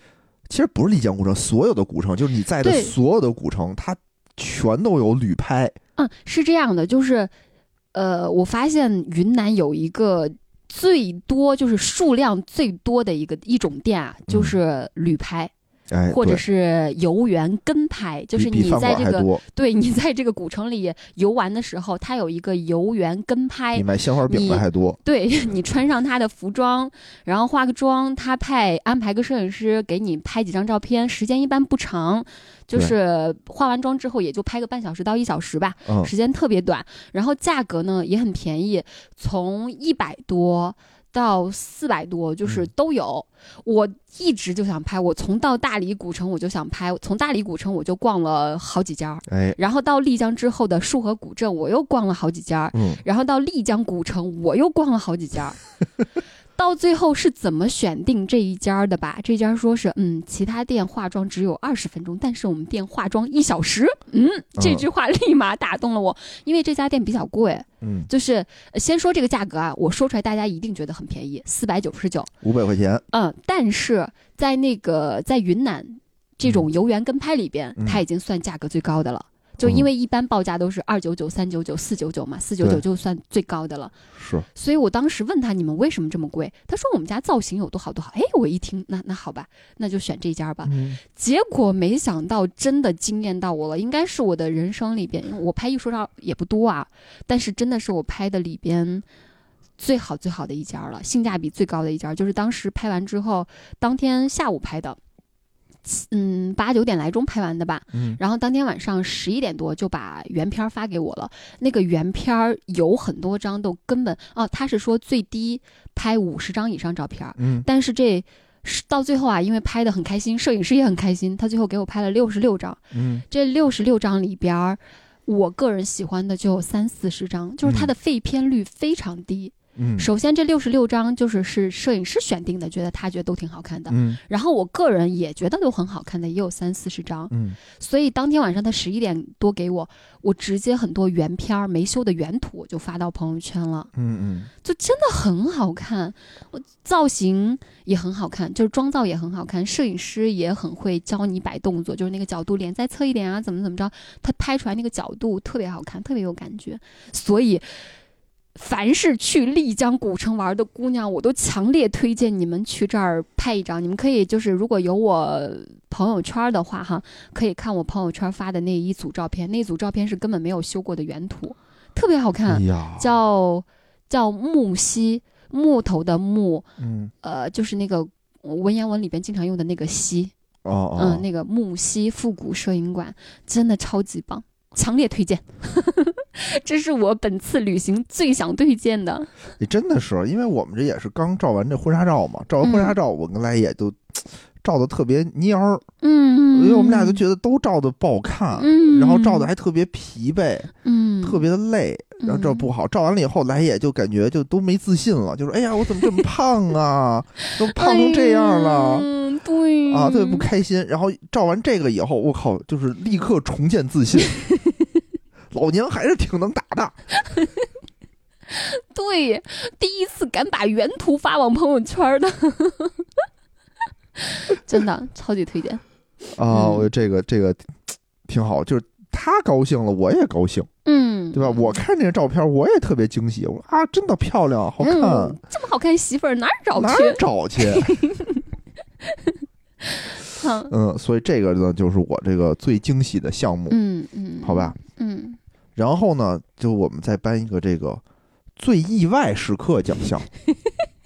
[SPEAKER 2] 其实不是丽江古城，所有的古城，就是你在的
[SPEAKER 3] 对
[SPEAKER 2] 所有的古城，它全都有旅拍。
[SPEAKER 3] 嗯，是这样的，就是，呃，我发现云南有一个最多就是数量最多的一个一种店啊，就
[SPEAKER 2] 嗯
[SPEAKER 3] 是旅拍、
[SPEAKER 2] 哎，
[SPEAKER 3] 或者
[SPEAKER 2] 对
[SPEAKER 3] 是游园跟拍，就是
[SPEAKER 2] 比比
[SPEAKER 3] 你
[SPEAKER 2] 饭
[SPEAKER 3] 在
[SPEAKER 2] 馆
[SPEAKER 3] 这
[SPEAKER 2] 还
[SPEAKER 3] 个
[SPEAKER 2] 多。
[SPEAKER 3] 对你在这个古城里游玩的时候，它有一个游园跟
[SPEAKER 2] 你
[SPEAKER 3] 拍。
[SPEAKER 2] 买鲜花饼的
[SPEAKER 3] 哎你
[SPEAKER 2] 还多。
[SPEAKER 3] 对 你穿上他的服装，然后化个妆，他派安排个摄影师给你拍几张照片，时间一般不长，就
[SPEAKER 2] 对
[SPEAKER 3] 是化完妆之后也就拍个半小时到一小时吧。
[SPEAKER 2] 嗯，
[SPEAKER 3] 时间特别短，然后价格呢也很便宜，从一百多到四百多，就是
[SPEAKER 2] 嗯
[SPEAKER 3] 都有。我一直就想拍，我从到大理古城我就想拍，从大理古城我就逛了好几家儿，
[SPEAKER 2] 哎，
[SPEAKER 3] 然后到丽江之后的束河古镇我又逛了好几家儿，
[SPEAKER 2] 嗯，
[SPEAKER 3] 然后到丽江古城我又逛了好几家 儿。到最后是怎么选定这一家儿的吧？这家儿说是，嗯，其他店化妆只有二十分钟，但是我们店化妆一小时。嗯，这
[SPEAKER 2] 嗯
[SPEAKER 3] 句话立马打动了我，因为这家店比较贵。
[SPEAKER 2] 嗯，
[SPEAKER 3] 就是呃先说这个价格啊，我说出来大家一定觉得很便宜，四百九十九。
[SPEAKER 2] 五百块钱，
[SPEAKER 3] 嗯，但是在那个在云南这种游园跟拍里边，
[SPEAKER 2] 嗯
[SPEAKER 3] 它已经算价格最高的了。就因为一般报价都是二九九、三九九、四九九嘛，四九九
[SPEAKER 2] 对
[SPEAKER 3] 就算最高的了。
[SPEAKER 2] 是
[SPEAKER 3] 所以我当时问他你们为什么这么贵？他说我们家造型有多好多好。哎，我一听，那那好吧，那就选这家吧。
[SPEAKER 2] 嗯
[SPEAKER 3] 结果没想到真的惊艳到我了，应该是我的人生里边，因为我拍艺术照也不多啊，但是真的是我拍的里边。最好最好的一家了，性价比最高的一家，就是当时拍完之后，当天下午拍的，嗯，八九点来钟拍完的吧。
[SPEAKER 2] 嗯
[SPEAKER 3] 然后当天晚上十一点多就把原片儿发给我了。那个原片儿有很多张都根本哦，他是说最低拍五十张以上照片儿，
[SPEAKER 2] 嗯，
[SPEAKER 3] 但是这是到最后啊，因为拍的很开心，摄影师也很开心，他最后给我拍了六十六张。
[SPEAKER 2] 嗯，
[SPEAKER 3] 这六十六张里边儿，我个人喜欢的就有三四十张，就是它的废片率非常低。
[SPEAKER 2] 嗯，
[SPEAKER 3] 首先这六十六张就是是摄影师选定的，觉得他觉得都挺好看的。
[SPEAKER 2] 嗯
[SPEAKER 3] 然后我个人也觉得都很好看的，也有三四十张。
[SPEAKER 2] 嗯
[SPEAKER 3] 所以当天晚上他十一点多给我，我直接很多原片儿没修的原图我就发到朋友圈了，
[SPEAKER 2] 嗯
[SPEAKER 3] 就真的很好看。我造型也很好看，就是妆造也很好看，摄影师也很会教你摆动作，就是那个角度，脸再侧一点啊，怎么怎么着，他拍出来那个角度特别好看，特别有感觉。所以。凡是去丽江古城玩的姑娘，我都强烈推荐你们去这儿拍一张。你们可以就是，如果有我朋友圈的话，哈，可以看我朋友圈发的那一组照片，那组照片是根本没有修过的原图，特别好
[SPEAKER 2] 嗯，哎
[SPEAKER 3] 看，
[SPEAKER 2] 呀，
[SPEAKER 3] 叫叫木樨，木头的木，
[SPEAKER 2] 嗯
[SPEAKER 3] 呃，就是那个文言文里边经常用的那个樨，
[SPEAKER 2] 哦哦，
[SPEAKER 3] 嗯，那个木樨复古摄影馆真的超级棒，强烈推荐。 这是我本次旅行最想推荐的。
[SPEAKER 2] 也真的是，因为我们这也是刚照完这婚纱照嘛，照完婚纱
[SPEAKER 3] 嗯
[SPEAKER 2] 照，我跟来也都照的特别蔫儿，
[SPEAKER 3] 嗯，
[SPEAKER 2] 因为我们俩就觉得都照的不好看，
[SPEAKER 3] 嗯
[SPEAKER 2] 然后照的还特别疲惫，
[SPEAKER 3] 嗯
[SPEAKER 2] 特别的累，然后照不好，照完了以后，来也就感觉就都没自信了，就是哎呀，我怎么这么胖啊， 都胖成这样了。
[SPEAKER 3] 嗯，对
[SPEAKER 2] 啊，特别不开心。然后照完这个以后，我靠，就是立刻重建自 信。老娘还是挺能打的，
[SPEAKER 3] 对，第一次敢把原图发往朋友圈的， 真的超级推荐。
[SPEAKER 2] 啊，
[SPEAKER 3] 嗯
[SPEAKER 2] 我这个这个挺好，就是他高兴了，我也高兴，
[SPEAKER 3] 嗯，
[SPEAKER 2] 对吧？我看这个照片，我也特别惊喜，我说啊，真的漂亮，好看，
[SPEAKER 3] 嗯这么好看媳妇儿哪儿找
[SPEAKER 2] 哪
[SPEAKER 3] 去
[SPEAKER 2] 儿？找 去？
[SPEAKER 3] 嗯
[SPEAKER 2] 嗯，所以这个呢，就是我这个最惊喜的项目，
[SPEAKER 3] 嗯嗯，
[SPEAKER 2] 好吧？
[SPEAKER 3] 嗯，
[SPEAKER 2] 然 后呢，就我们再颁一个这个最意外时刻奖项。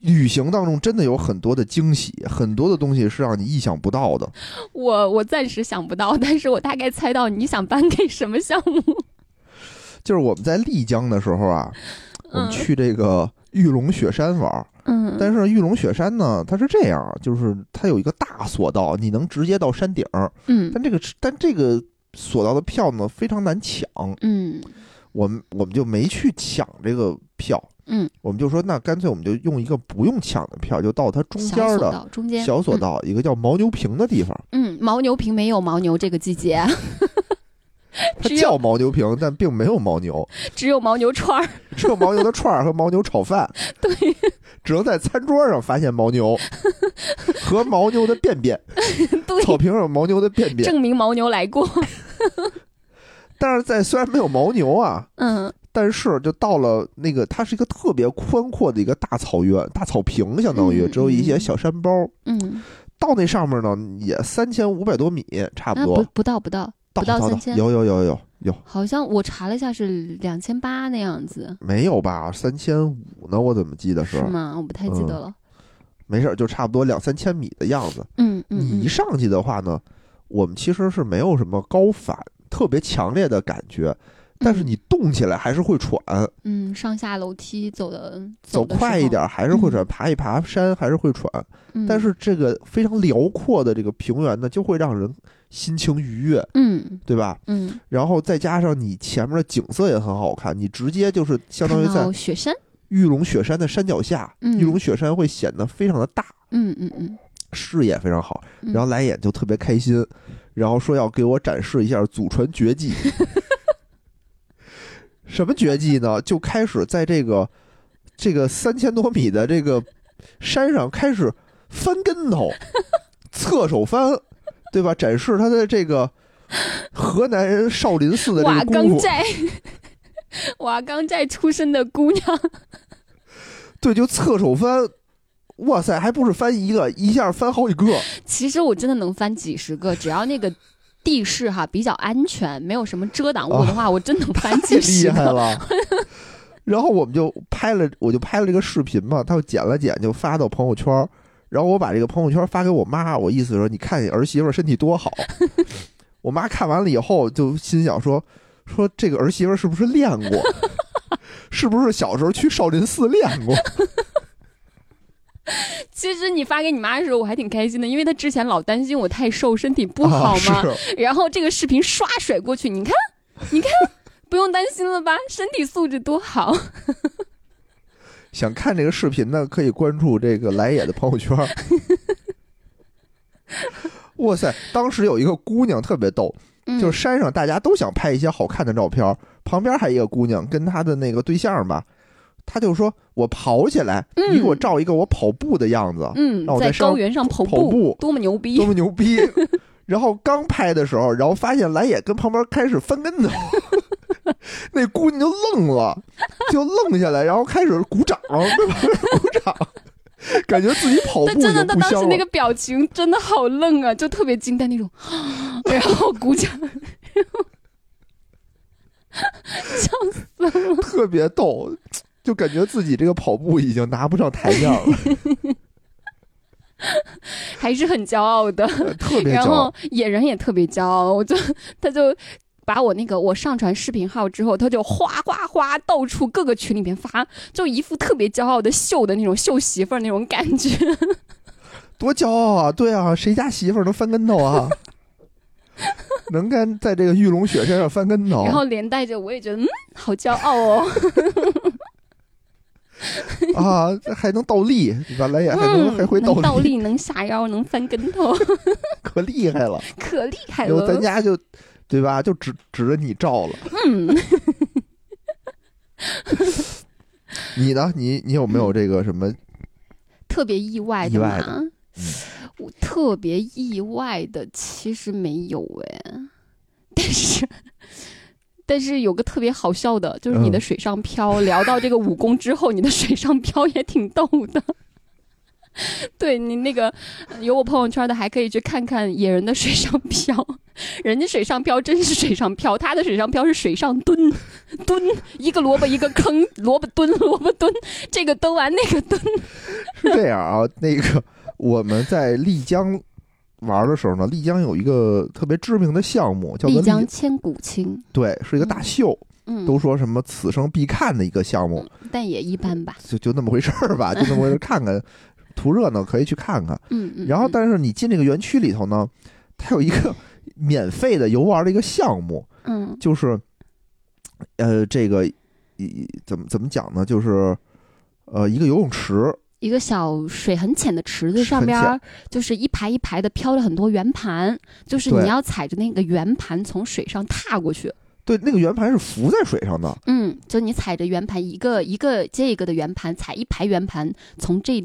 [SPEAKER 2] 旅行当中真的有很多的惊喜，很多的东西是让你意想不到的。
[SPEAKER 3] 我我暂时想不到，但是我大概猜到你想颁给什么项目。
[SPEAKER 2] 就是我们在丽江的时候啊，我们
[SPEAKER 3] 嗯
[SPEAKER 2] 去这个玉龙雪山玩儿，
[SPEAKER 3] 嗯，
[SPEAKER 2] 但是玉龙雪山呢，它是这样，啊就是它有一个大索道，你能直接到山顶儿，
[SPEAKER 3] 嗯
[SPEAKER 2] 但这个但这个索道的票呢非常难抢，
[SPEAKER 3] 嗯
[SPEAKER 2] 我们我们就没去抢这个票，
[SPEAKER 3] 嗯，
[SPEAKER 2] 我们就说那干脆我们就用一个不用抢的票，就到它中间
[SPEAKER 3] 小索
[SPEAKER 2] 的
[SPEAKER 3] 道中间嗯
[SPEAKER 2] 小索，道，一个叫牦牛坪的地 方，
[SPEAKER 3] 嗯，嗯牦牛坪没有牦牛这个季节，
[SPEAKER 2] 它
[SPEAKER 3] 只有
[SPEAKER 2] 叫牦牛坪，但并没有牦牛，
[SPEAKER 3] 只有牦牛串儿。
[SPEAKER 2] 只有牦牛的串儿和牦牛炒饭，
[SPEAKER 3] 对，
[SPEAKER 2] 只能在餐桌上发现牦 牛和牦牛的便便，草
[SPEAKER 3] 对，
[SPEAKER 2] 坪上有牦牛的便便，
[SPEAKER 3] 证明牦牛来过。
[SPEAKER 2] 但是在虽然没有牦牛啊。
[SPEAKER 3] 嗯
[SPEAKER 2] 但是就到了那个，它是一个特别宽阔的一个大草原、大草坪，相当于
[SPEAKER 3] 嗯
[SPEAKER 2] 只有一些
[SPEAKER 3] 嗯
[SPEAKER 2] 小山包。
[SPEAKER 3] 嗯，
[SPEAKER 2] 到那上面呢，也三千五百多米，差不
[SPEAKER 3] 啊
[SPEAKER 2] 多
[SPEAKER 3] 不。不到不到，
[SPEAKER 2] 到
[SPEAKER 3] 不到
[SPEAKER 2] 到
[SPEAKER 3] 3000
[SPEAKER 2] 有有有有有，
[SPEAKER 3] 好像我查了一下是两千八那样子，
[SPEAKER 2] 没有吧？三千五呢？我怎么记得是？嗯
[SPEAKER 3] 是吗？我不太记得了。
[SPEAKER 2] 没事儿，就差不多两三千米的样子。
[SPEAKER 3] 嗯
[SPEAKER 2] 你
[SPEAKER 3] 嗯
[SPEAKER 2] 一
[SPEAKER 3] 嗯
[SPEAKER 2] 上去的话呢，我们其实是没有什么高反特别强烈的感觉，但是你动起来还是会喘，
[SPEAKER 3] 嗯，上下楼梯走的
[SPEAKER 2] 走
[SPEAKER 3] 的时
[SPEAKER 2] 快一
[SPEAKER 3] 候
[SPEAKER 2] 点儿还是会喘，爬一爬山还是会喘。
[SPEAKER 3] 嗯
[SPEAKER 2] 但是这个非常辽阔的这个平原呢，就会让人心情愉悦，
[SPEAKER 3] 嗯
[SPEAKER 2] 对吧？
[SPEAKER 3] 嗯，
[SPEAKER 2] 然后再加上你前面的景色也很好看，你直接就是相当于
[SPEAKER 3] 看
[SPEAKER 2] 在
[SPEAKER 3] 到雪山，
[SPEAKER 2] 玉龙雪山的山脚下，
[SPEAKER 3] 嗯
[SPEAKER 2] 玉龙雪山会显得非常的大，
[SPEAKER 3] 嗯嗯嗯
[SPEAKER 2] 视野非常好。
[SPEAKER 3] 嗯，
[SPEAKER 2] 然后来也就特别开心，然后说要给我展示一下祖传绝 技。什么绝技呢？就开始在这个这个三千多米的这个山上开始翻跟 头，侧手翻，对吧？展示他的这个河南人少林寺的这
[SPEAKER 3] 瓦
[SPEAKER 2] 个功
[SPEAKER 3] 岗
[SPEAKER 2] 夫。
[SPEAKER 3] 寨， 瓦岗寨出身的姑娘，
[SPEAKER 2] 对，就侧手翻，哇塞，还不是翻一个，一下翻好几个。
[SPEAKER 3] 其实我真的能翻几十个，只要那个地势哈比较安全，没有什么遮挡物的话，我真能 翻
[SPEAKER 2] 太
[SPEAKER 3] 几
[SPEAKER 2] 啊厉
[SPEAKER 3] 十
[SPEAKER 2] 害
[SPEAKER 3] 个。
[SPEAKER 2] 了。然后我们就拍了，我就拍了这个视频嘛，他又剪了剪，就发到朋友圈儿。然后我把这个朋友圈儿发给我妈，我意思说，你看你儿媳妇儿身体多 好。我妈看完了以后，就心想说，说这个儿媳妇儿是不是练 过？是不是小时候去少林寺练过？
[SPEAKER 3] 其实你发给你妈的时候，我还挺开心的，因为她之前老担心我太瘦，身体不好
[SPEAKER 2] 啊、
[SPEAKER 3] 嘛。
[SPEAKER 2] 是
[SPEAKER 3] 然后这个视频刷甩过去，你看，你看，不用担心了吧，身体素质多好。
[SPEAKER 2] 想看这个视频呢，可以关注这个来也的朋友 圈儿。哇塞！当时有一个姑娘特别逗，
[SPEAKER 3] 嗯，
[SPEAKER 2] 就是山上大家都想拍一些好看的照片儿，旁边还有一个姑娘跟她的那个对象吧，她就说：“我跑起来，
[SPEAKER 3] 嗯
[SPEAKER 2] 你给我照一个我跑步的样子，
[SPEAKER 3] 嗯
[SPEAKER 2] 让，我在
[SPEAKER 3] 在
[SPEAKER 2] 山
[SPEAKER 3] 高原上跑
[SPEAKER 2] 跑步
[SPEAKER 3] 多么牛
[SPEAKER 2] 多
[SPEAKER 3] 逼！
[SPEAKER 2] 么牛 逼！”然后刚拍的时候，然后发现来也跟旁边开始翻 跟头，那姑娘就愣了，就愣下来，然后开始鼓掌，对吧？鼓掌，感觉自己跑步
[SPEAKER 3] 但
[SPEAKER 2] 已
[SPEAKER 3] 真的，
[SPEAKER 2] 经
[SPEAKER 3] 他
[SPEAKER 2] 不
[SPEAKER 3] 当
[SPEAKER 2] 香
[SPEAKER 3] 时
[SPEAKER 2] 了。
[SPEAKER 3] 那个表情真的好愣啊，就特别惊呆那种， 然后鼓掌，
[SPEAKER 2] 特别逗，就感觉自己这个跑步已经拿不上台面 了，
[SPEAKER 3] 还是很骄 傲的。
[SPEAKER 2] 特别
[SPEAKER 3] 然
[SPEAKER 2] 骄傲
[SPEAKER 3] 后。野人也特别骄傲， 我就他就把我那个我上传视频号之后，他就哗哗哗到处各个群里面发，就一副特别骄傲的秀的那种秀媳妇儿那种感觉。
[SPEAKER 2] 多骄傲啊！对啊，谁家媳妇儿能翻跟头啊？能干在这个玉龙雪山上翻跟头，
[SPEAKER 3] 然后连带着我也觉得，嗯，好骄傲哦，
[SPEAKER 2] 啊，还能倒立，本来也还能、
[SPEAKER 3] 嗯
[SPEAKER 2] 还会倒
[SPEAKER 3] 能
[SPEAKER 2] 立，
[SPEAKER 3] 倒立，能下腰，能翻跟头，
[SPEAKER 2] 可厉害了。
[SPEAKER 3] 可厉害
[SPEAKER 2] 然后咱
[SPEAKER 3] 了。
[SPEAKER 2] 家就，对吧？就指指着你照了。
[SPEAKER 3] 嗯，
[SPEAKER 2] 你呢？你你有没有这个什么？
[SPEAKER 3] 特别意外
[SPEAKER 2] 意
[SPEAKER 3] 的
[SPEAKER 2] 外
[SPEAKER 3] 嘛。
[SPEAKER 2] 的嗯
[SPEAKER 3] 我特别意外的其实没有哎， 但是。但是有个特别好笑的，就是你的
[SPEAKER 2] 嗯
[SPEAKER 3] 水上漂，聊到这个武功之后，你的水上漂也挺逗的。 对你那个呃有我朋友圈的，还可以去看看野人的水上漂，人家水上漂真是水上漂，他的水上漂是水上蹲，蹲一个萝卜一个坑，萝卜蹲萝卜蹲，这个蹲完那个蹲，
[SPEAKER 2] 是这样啊，那个我们在丽江玩的时候呢，丽江有一个特别知名的项目，叫做
[SPEAKER 3] 丽江千古情，
[SPEAKER 2] 对，是一个大秀，
[SPEAKER 3] 嗯，
[SPEAKER 2] 都说什么此生必看的一个项目，
[SPEAKER 3] 但也一般吧，
[SPEAKER 2] 就就那么回事儿 吧，就那么回事儿，看看图热闹可以去看看。
[SPEAKER 3] 嗯嗯，
[SPEAKER 2] 然后，
[SPEAKER 3] 嗯
[SPEAKER 2] 但是你进这个园区里头呢，它有一个免费的游玩的一个项目，
[SPEAKER 3] 嗯
[SPEAKER 2] 就是呃，这个一怎么怎么讲呢？就是呃，一个游泳池，
[SPEAKER 3] 一个小水很浅的池子上边
[SPEAKER 2] 很
[SPEAKER 3] 儿，就是一排一排的飘了很多圆盘，就是
[SPEAKER 2] 对
[SPEAKER 3] 你要踩着那个圆盘从水上踏过去。
[SPEAKER 2] 对，那个圆盘是浮在水上的，
[SPEAKER 3] 嗯，就你踩着圆盘一个一个接一个的圆盘，踩一排圆盘，从这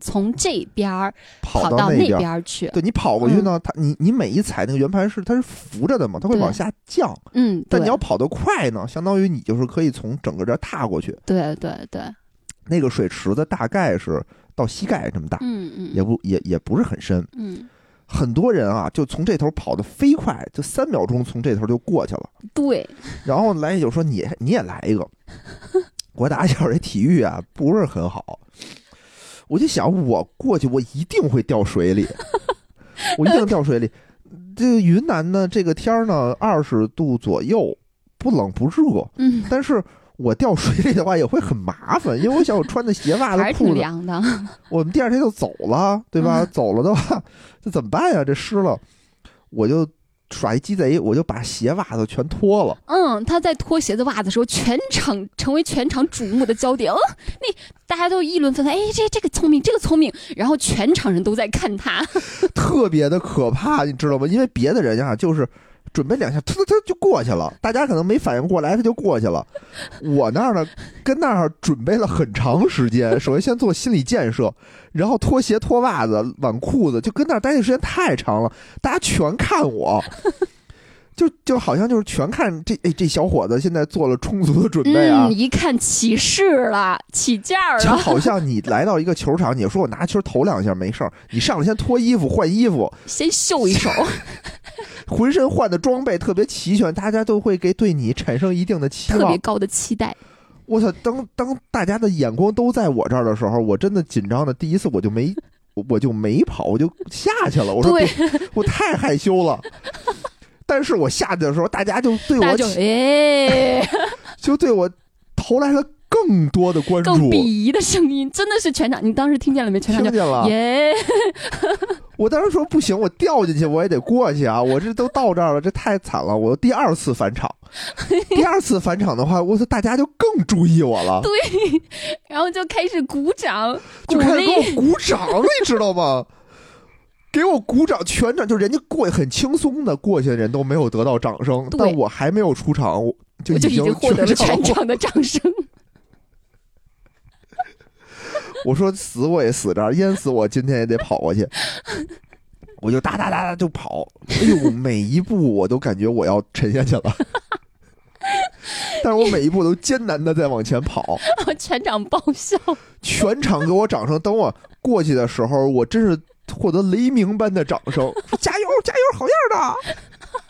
[SPEAKER 3] 从这边儿跑
[SPEAKER 2] 到
[SPEAKER 3] 那
[SPEAKER 2] 边儿。
[SPEAKER 3] 边儿去。
[SPEAKER 2] 对你跑过去呢，它你你每一踩那个圆盘是它是浮着的嘛，它会
[SPEAKER 3] 对
[SPEAKER 2] 往下降。
[SPEAKER 3] 嗯，
[SPEAKER 2] 但
[SPEAKER 3] 对
[SPEAKER 2] 你要跑得快呢，相当于你就是可以从整个这儿踏过去。
[SPEAKER 3] 对对对，
[SPEAKER 2] 那个水池子大概是到膝盖这么大，
[SPEAKER 3] 嗯嗯，
[SPEAKER 2] 也不也也不是很深。
[SPEAKER 3] 嗯，
[SPEAKER 2] 很多人啊，就从这头跑得飞快，就三秒钟从这头就过去了。
[SPEAKER 3] 对，
[SPEAKER 2] 然后来一就说你你也来一个。我打小这体育啊不是很好，我就想我过去我一定会掉水里，我一定掉水里。这个云南呢，这个天儿呢二十度左右，不冷不热，
[SPEAKER 3] 嗯，
[SPEAKER 2] 但是。我掉水里的话也会很麻烦，因为我想我穿的鞋袜
[SPEAKER 3] 还
[SPEAKER 2] 子
[SPEAKER 3] 是
[SPEAKER 2] 裤
[SPEAKER 3] 挺
[SPEAKER 2] 子，
[SPEAKER 3] 凉的。
[SPEAKER 2] 我们第二天就走了，对吧？走了的话，这怎么办呀？这湿了，我就耍一鸡贼，我就把鞋袜子全脱了。
[SPEAKER 3] 嗯，他在脱鞋子袜子的时候，全场成为全场瞩目的焦点。哦，那大家都议论纷纷，哎，这这个聪明，这个聪明，然后全场人都在看他。
[SPEAKER 2] 特别的可怕，你知道吗？因为别的人啊，就是准备两下，突突突就过去了，大家可能没反应过来，他就过去了。我那儿呢，跟那儿准备了很长时间，首先先做心理建设，然后脱鞋、脱袜子、挽裤子，就跟那儿待的时间太长了，大家全看我。就就好像就是全看这哎这小伙子现在做了充足的准备啊，
[SPEAKER 3] 嗯，一看起势了，起价儿
[SPEAKER 2] 就
[SPEAKER 3] 了，
[SPEAKER 2] 好像你来到一个球场，你说我拿球投两下没事儿，你上来先脱衣服换衣服，
[SPEAKER 3] 先秀一 手。
[SPEAKER 2] 浑身换的装备特别齐全，大家都会给对你产生一定的期
[SPEAKER 3] 特别
[SPEAKER 2] 望。
[SPEAKER 3] 高的期
[SPEAKER 2] 哎
[SPEAKER 3] 待。
[SPEAKER 2] 我操，当当大家的眼光都在我这儿的时候，我真的紧张的第一次我就没。我我就没跑，我就下去了。我说
[SPEAKER 3] 对，
[SPEAKER 2] 别我太害羞 了。但是我下去的时候，大家就对
[SPEAKER 3] 大家
[SPEAKER 2] 我
[SPEAKER 3] 就
[SPEAKER 2] 起
[SPEAKER 3] 哎，
[SPEAKER 2] 就对我投来了更多的关
[SPEAKER 3] 更
[SPEAKER 2] 注。
[SPEAKER 3] 鄙夷的声音，真的是全场。你当时听见了没？全场
[SPEAKER 2] 听
[SPEAKER 3] 就
[SPEAKER 2] 见了，
[SPEAKER 3] 耶，
[SPEAKER 2] 我当时说不行，我掉进去我也得过去啊！我这都到这儿了，这太惨了！我第二次返 场，第二次返场的话，我操，大家就更注意我了。
[SPEAKER 3] 然后就开始鼓掌鼓
[SPEAKER 2] 就开始给
[SPEAKER 3] 励。
[SPEAKER 2] 我鼓掌了，你知道吗？给我鼓掌，全场就人家过去很轻松的过去的人都没有得到掌声，
[SPEAKER 3] 对
[SPEAKER 2] 但我还没有出场，我就
[SPEAKER 3] 我
[SPEAKER 2] 已
[SPEAKER 3] 就已经获得了
[SPEAKER 2] 全
[SPEAKER 3] 全
[SPEAKER 2] 场。
[SPEAKER 3] 场的掌声，
[SPEAKER 2] 我说死我也死这儿，淹死我今天也得跑过去。我就哒哒哒哒就跑，哎呦，每一步我都感觉我要沉下去了，但是我每一步都艰难的在往前跑。
[SPEAKER 3] 全场爆笑。
[SPEAKER 2] 全场给我掌声。等我过去的时候，我真是获得雷鸣般的掌声，说加油加油，好样的！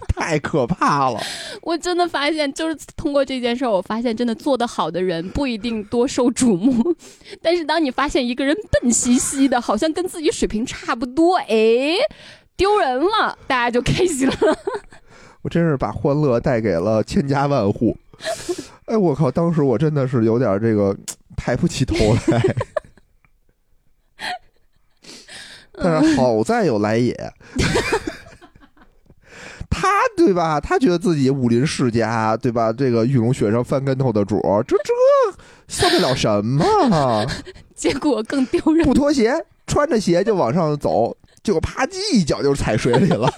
[SPEAKER 2] 太可怕了，
[SPEAKER 3] 我真的发现，就是通过这件事儿，我发现真的做得好的人不一定多受瞩目， 但是当你发现一个人笨兮兮的，好像跟自己水平差不多，哎，丢人了，大家就开心了。
[SPEAKER 2] 我真是把欢乐带给了千家万户。哎，我靠！当时我真的是有点这个抬不起头来，但是好在有来也，他对吧？他觉得自己武林世家，对吧？这个玉龙雪上翻跟头的主儿，这这算得了什么啊？
[SPEAKER 3] 结果更丢人。
[SPEAKER 2] 不脱鞋，穿着鞋就往上走，结果啪叽一脚就踩水里了。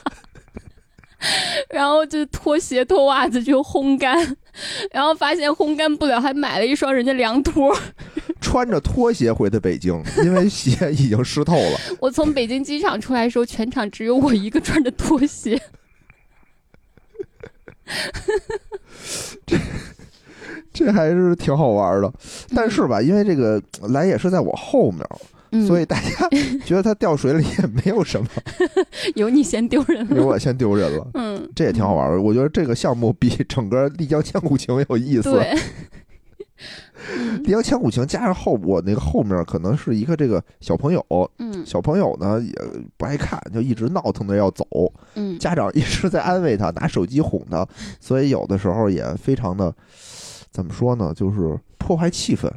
[SPEAKER 3] 然后就脱鞋脱袜子去烘干， 然后发现烘干不了，还买了一双人家凉拖。
[SPEAKER 2] 穿着拖鞋回的北京，因为鞋已经湿透 了。
[SPEAKER 3] 我从北京机场出来的时候，全场只有我一个穿着拖鞋。
[SPEAKER 2] 呃这还是挺好玩的。但是吧，因为这个来也是在我后面，
[SPEAKER 3] 嗯，
[SPEAKER 2] 所以大家觉得它掉水里也没有什么，
[SPEAKER 3] 嗯有你嫌丢人
[SPEAKER 2] 比
[SPEAKER 3] 了。
[SPEAKER 2] 我先丢人了。
[SPEAKER 3] 嗯，
[SPEAKER 2] 这也挺好玩儿，我觉得这个项目比整个丽江千古情有意思。
[SPEAKER 3] 对， 嗯
[SPEAKER 2] 丽江千古情加上后我那个后面可能是一个这个小朋友，
[SPEAKER 3] 嗯
[SPEAKER 2] 小朋友呢也不爱看，就一直闹腾着要走，
[SPEAKER 3] 嗯，
[SPEAKER 2] 家长一直在安慰他，拿手机哄他，所以有的时候也非常的怎么说呢，就是破坏气氛。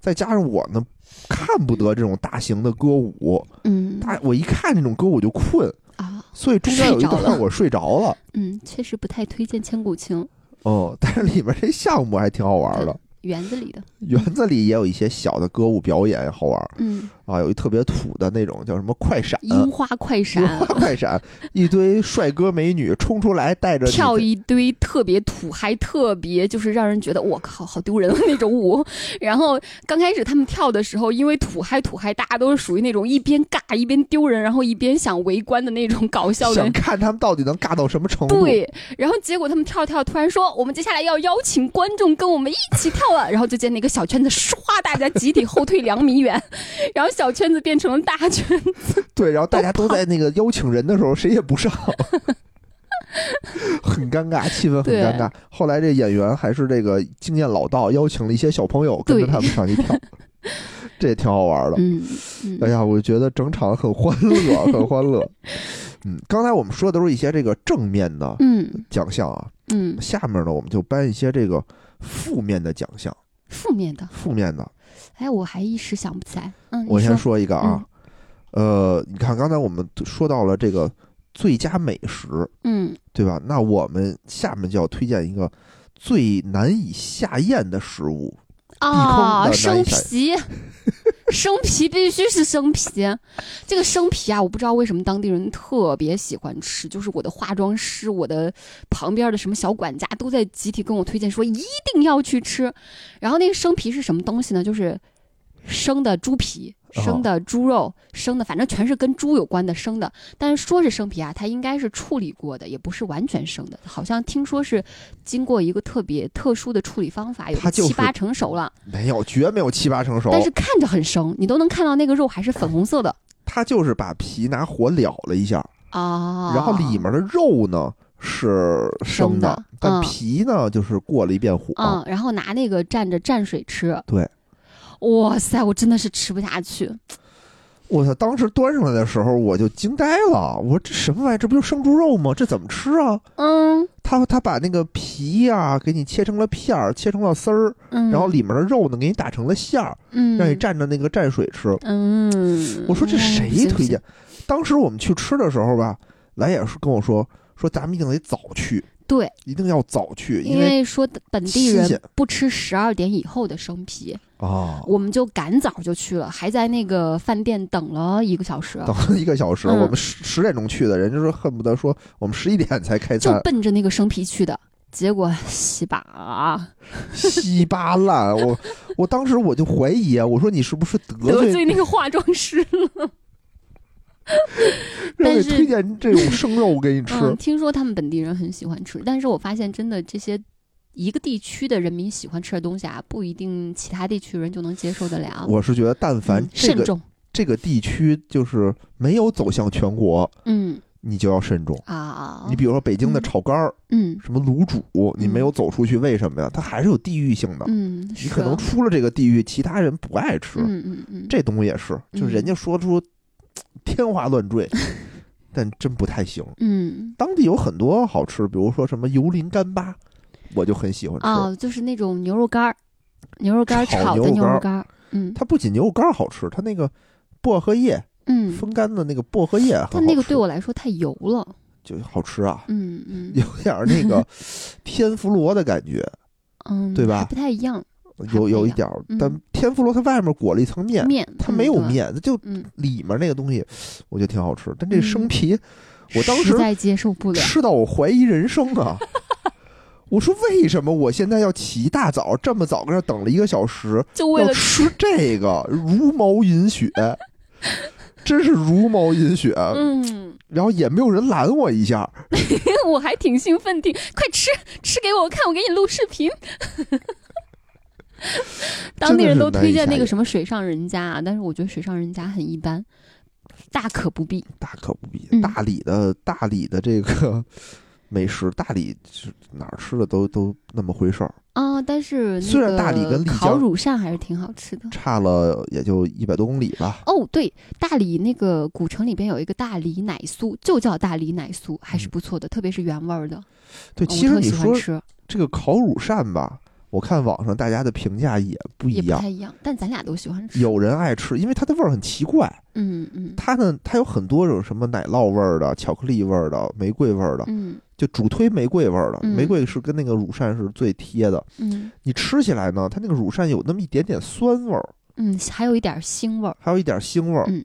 [SPEAKER 2] 再加上我呢，看不得这种大型的歌舞，
[SPEAKER 3] 嗯
[SPEAKER 2] 大我一看这种歌舞就困，
[SPEAKER 3] 啊，
[SPEAKER 2] 所以中间有一
[SPEAKER 3] 睡着
[SPEAKER 2] 段
[SPEAKER 3] 了
[SPEAKER 2] 我睡着了。
[SPEAKER 3] 嗯，确实不太推荐千古情，
[SPEAKER 2] 嗯，但是里面这项目还挺好玩的，
[SPEAKER 3] 园子里的。
[SPEAKER 2] 园子里也有一些小的歌舞表演也好玩
[SPEAKER 3] 嗯，
[SPEAKER 2] 啊，有一特别土的那种叫什么快闪。
[SPEAKER 3] 樱花快闪
[SPEAKER 2] 樱花，快闪，一堆帅哥美女冲出来，带着你
[SPEAKER 3] 跳一堆特别土，还特别就是让人觉得我靠，好丢人那种舞。然后刚开始他们跳的时候，因为土嗨土嗨，大家都是属于那种一边尬一边丢人，然后一边想围观的那种搞笑的
[SPEAKER 2] 想看他们到底能尬到什么程度。
[SPEAKER 3] 对，然后结果他们跳着跳着，突然说我们接下来要邀请观众跟我们一起跳了，然后就见那个小圈子唰，大家集体后退两米远，然后小圈子变成了大圈，
[SPEAKER 2] 对，然后大家都在那个邀请人的时候，谁也不 上，很尴尬，气氛很
[SPEAKER 3] 对
[SPEAKER 2] 尴尬。后来这演员还是这个经验老道，邀请了一些小朋友跟着
[SPEAKER 3] 对
[SPEAKER 2] 他们上去跳， 这也挺好玩的。
[SPEAKER 3] 嗯
[SPEAKER 2] 哎呀，我觉得整场很欢乐，很欢 乐。嗯，刚才我们说的都是一些这个正面的
[SPEAKER 3] 嗯
[SPEAKER 2] 奖项啊，
[SPEAKER 3] 嗯，
[SPEAKER 2] 下面呢我们就颁一些这个负面的奖项。
[SPEAKER 3] 负面的，
[SPEAKER 2] 负面的，
[SPEAKER 3] 哎，我还一时想不起来，嗯，
[SPEAKER 2] 我
[SPEAKER 3] 你
[SPEAKER 2] 先
[SPEAKER 3] 说，嗯
[SPEAKER 2] 说一个啊，呃，你看刚才我们说到了这个最佳美食，
[SPEAKER 3] 嗯
[SPEAKER 2] 对吧？那我们下面就要推荐一个最难以下咽的食物，
[SPEAKER 3] 啊，
[SPEAKER 2] 地坑的
[SPEAKER 3] 生
[SPEAKER 2] 那一下
[SPEAKER 3] 皮。生皮必须是生皮，这个生皮啊，我不知道为什么当地人特别喜欢吃，就是我的化妆师，我的旁边的什么小管家都在集体跟我推荐说一定要去吃。然后那个生皮是什么东西呢？就是生的猪皮、
[SPEAKER 2] 哦
[SPEAKER 3] 生的猪肉、生的，反正全是跟猪有关的生的。但是说是生皮啊，它应该是处理过的，也不是完全生的，好像听说是经过一个特别特殊的处理方法，有
[SPEAKER 2] 它
[SPEAKER 3] 个
[SPEAKER 2] 就是
[SPEAKER 3] 七八成熟了。
[SPEAKER 2] 没有，绝没有七八成熟。
[SPEAKER 3] 但是看着很生，你都能看到那个肉还是粉红色的
[SPEAKER 2] 它就是把皮拿火燎了一下，
[SPEAKER 3] 啊。
[SPEAKER 2] 然后里面的肉呢是生
[SPEAKER 3] 生的
[SPEAKER 2] 但
[SPEAKER 3] 嗯
[SPEAKER 2] 皮呢就是过了一遍火。
[SPEAKER 3] 嗯，然后拿那个蘸着蘸水吃。
[SPEAKER 2] 对，
[SPEAKER 3] 哇塞，我真的是吃不下去。
[SPEAKER 2] 我操！当时端上来的时候我就惊呆了，我说这什么玩意儿？这不就生猪肉吗？这怎么吃啊？
[SPEAKER 3] 嗯
[SPEAKER 2] 他他把那个皮啊给你切成了片儿，切成了丝儿，
[SPEAKER 3] 嗯，
[SPEAKER 2] 然后里面的肉呢给你打成了馅儿，
[SPEAKER 3] 嗯
[SPEAKER 2] 让你蘸着那个蘸水吃。
[SPEAKER 3] 嗯，
[SPEAKER 2] 我说这
[SPEAKER 3] 哦
[SPEAKER 2] 谁推？
[SPEAKER 3] 不行不
[SPEAKER 2] 荐
[SPEAKER 3] 行？
[SPEAKER 2] 当时我们去吃的时候吧，来也是跟我说说咱们一定得早去，
[SPEAKER 3] 对，
[SPEAKER 2] 一定要早去，
[SPEAKER 3] 因
[SPEAKER 2] 为
[SPEAKER 3] 为说本地
[SPEAKER 2] 新鲜
[SPEAKER 3] 人不吃十二点以后的生皮，
[SPEAKER 2] 啊，
[SPEAKER 3] 我们就赶早就去了，还在那个饭店等了一个小时，
[SPEAKER 2] 啊等了一个小时，
[SPEAKER 3] 嗯
[SPEAKER 2] 我们十十点钟去的，人家说恨不得说我们十一点才开
[SPEAKER 3] 就
[SPEAKER 2] 餐，
[SPEAKER 3] 奔着那个生皮去的。结果西吧，
[SPEAKER 2] 稀巴烂。我我当时我就怀疑啊，我说你是不是得
[SPEAKER 3] 得
[SPEAKER 2] 罪
[SPEAKER 3] 罪那个化妆师
[SPEAKER 2] 让你
[SPEAKER 3] 但是
[SPEAKER 2] 推荐这种生肉给你吃？
[SPEAKER 3] 嗯，听说他们本地人很喜欢吃，但是我发现真的这些一个地区的人民喜欢吃的东西啊，不一定其他地区人就能接受得了。
[SPEAKER 2] 我是觉得，但凡
[SPEAKER 3] 啊嗯
[SPEAKER 2] 这
[SPEAKER 3] 慎
[SPEAKER 2] 个
[SPEAKER 3] 重，
[SPEAKER 2] 这个地区就是没有走向全国，
[SPEAKER 3] 嗯
[SPEAKER 2] 你就要慎重。
[SPEAKER 3] 啊，
[SPEAKER 2] 你比如说北京的
[SPEAKER 3] 嗯
[SPEAKER 2] 炒肝儿，
[SPEAKER 3] 嗯
[SPEAKER 2] 什么卤煮，你没有走出去，为什么呀？它还是有地域性的。
[SPEAKER 3] 嗯，
[SPEAKER 2] 你
[SPEAKER 3] 是
[SPEAKER 2] 可能出了这个地域，其他人不爱吃。
[SPEAKER 3] 嗯嗯嗯，
[SPEAKER 2] 这东西也是，就是人家说出嘖天花乱 坠，但真不太行。
[SPEAKER 3] 嗯
[SPEAKER 2] 当地有很多好吃，比如说什么油淋干巴，我就很喜欢吃。
[SPEAKER 3] 啊，就是那种牛肉干儿，牛肉干儿
[SPEAKER 2] 炒
[SPEAKER 3] 炒的
[SPEAKER 2] 牛肉
[SPEAKER 3] 牛
[SPEAKER 2] 干儿
[SPEAKER 3] 肉干儿，嗯
[SPEAKER 2] 它不仅牛肉干好吃，它那个薄荷叶
[SPEAKER 3] 嗯，
[SPEAKER 2] 风干的那个薄荷叶很好吃，
[SPEAKER 3] 但那个对我来说太油了，
[SPEAKER 2] 就好吃啊，
[SPEAKER 3] 嗯嗯
[SPEAKER 2] 有点儿那 个天妇罗的感觉，
[SPEAKER 3] 嗯，
[SPEAKER 2] 对吧
[SPEAKER 3] 还不太一样，
[SPEAKER 2] 有有一
[SPEAKER 3] 还不一
[SPEAKER 2] 点
[SPEAKER 3] 样
[SPEAKER 2] 儿。
[SPEAKER 3] 嗯
[SPEAKER 2] 但天妇罗它外面裹了一层面，
[SPEAKER 3] 面
[SPEAKER 2] 它没有，
[SPEAKER 3] 嗯对
[SPEAKER 2] 面，它就
[SPEAKER 3] 嗯，
[SPEAKER 2] 里面那个东西，我觉得挺好吃。但这
[SPEAKER 3] 嗯
[SPEAKER 2] 生皮，我当时
[SPEAKER 3] 实在接受不了，
[SPEAKER 2] 吃到我怀疑人生啊！ 我说为什么我现在要起一大早这么早跟这等了一个小时，
[SPEAKER 3] 就为
[SPEAKER 2] 要
[SPEAKER 3] 了
[SPEAKER 2] 吃这个茹毛饮血， 真是茹毛饮血。
[SPEAKER 3] 嗯。
[SPEAKER 2] 然后也没有人拦我一下，
[SPEAKER 3] 我还挺兴奋的，快吃吃给我看，我给你录视频。 当地人都
[SPEAKER 2] 真的是难
[SPEAKER 3] 推荐
[SPEAKER 2] 以下
[SPEAKER 3] 那个
[SPEAKER 2] 咽
[SPEAKER 3] 什么水上人家啊，但是我觉得水上人家很一般，大可不必。
[SPEAKER 2] 大可不必。
[SPEAKER 3] 嗯
[SPEAKER 2] 大理的大理的这个 美食，大理是哪儿吃的都都那么回事儿，
[SPEAKER 3] 啊，但是
[SPEAKER 2] 虽
[SPEAKER 3] 那
[SPEAKER 2] 然大理
[SPEAKER 3] 个
[SPEAKER 2] 跟丽
[SPEAKER 3] 烤
[SPEAKER 2] 江
[SPEAKER 3] 乳扇还是挺好吃的。
[SPEAKER 2] 差了也就一百多公里吧。
[SPEAKER 3] 哦，对，大理那个古城里边有一个大理奶酥，就叫大理奶酥，还是
[SPEAKER 2] 嗯
[SPEAKER 3] 不错的，特别是原味儿的，
[SPEAKER 2] 对，
[SPEAKER 3] 哦我
[SPEAKER 2] 其实
[SPEAKER 3] 特
[SPEAKER 2] 你
[SPEAKER 3] 喜欢
[SPEAKER 2] 说
[SPEAKER 3] 吃，
[SPEAKER 2] 这个烤乳扇吧，我看网上大家的评价也不
[SPEAKER 3] 也
[SPEAKER 2] 一
[SPEAKER 3] 不
[SPEAKER 2] 样
[SPEAKER 3] 太。一样，但咱俩都喜欢吃。
[SPEAKER 2] 有人爱吃，因为它的味儿很奇怪。
[SPEAKER 3] 嗯嗯
[SPEAKER 2] 它呢，它有很多种什么奶酪味儿的、巧克力味儿的、玫瑰味儿的，
[SPEAKER 3] 嗯
[SPEAKER 2] 就主推玫瑰味儿的。
[SPEAKER 3] 嗯
[SPEAKER 2] 玫瑰是跟那个乳扇是最贴的。
[SPEAKER 3] 嗯
[SPEAKER 2] 你吃起来呢，它那个乳扇有那么一点点酸味儿，
[SPEAKER 3] 嗯，还有一点腥味儿
[SPEAKER 2] 还有一点腥味儿。
[SPEAKER 3] 嗯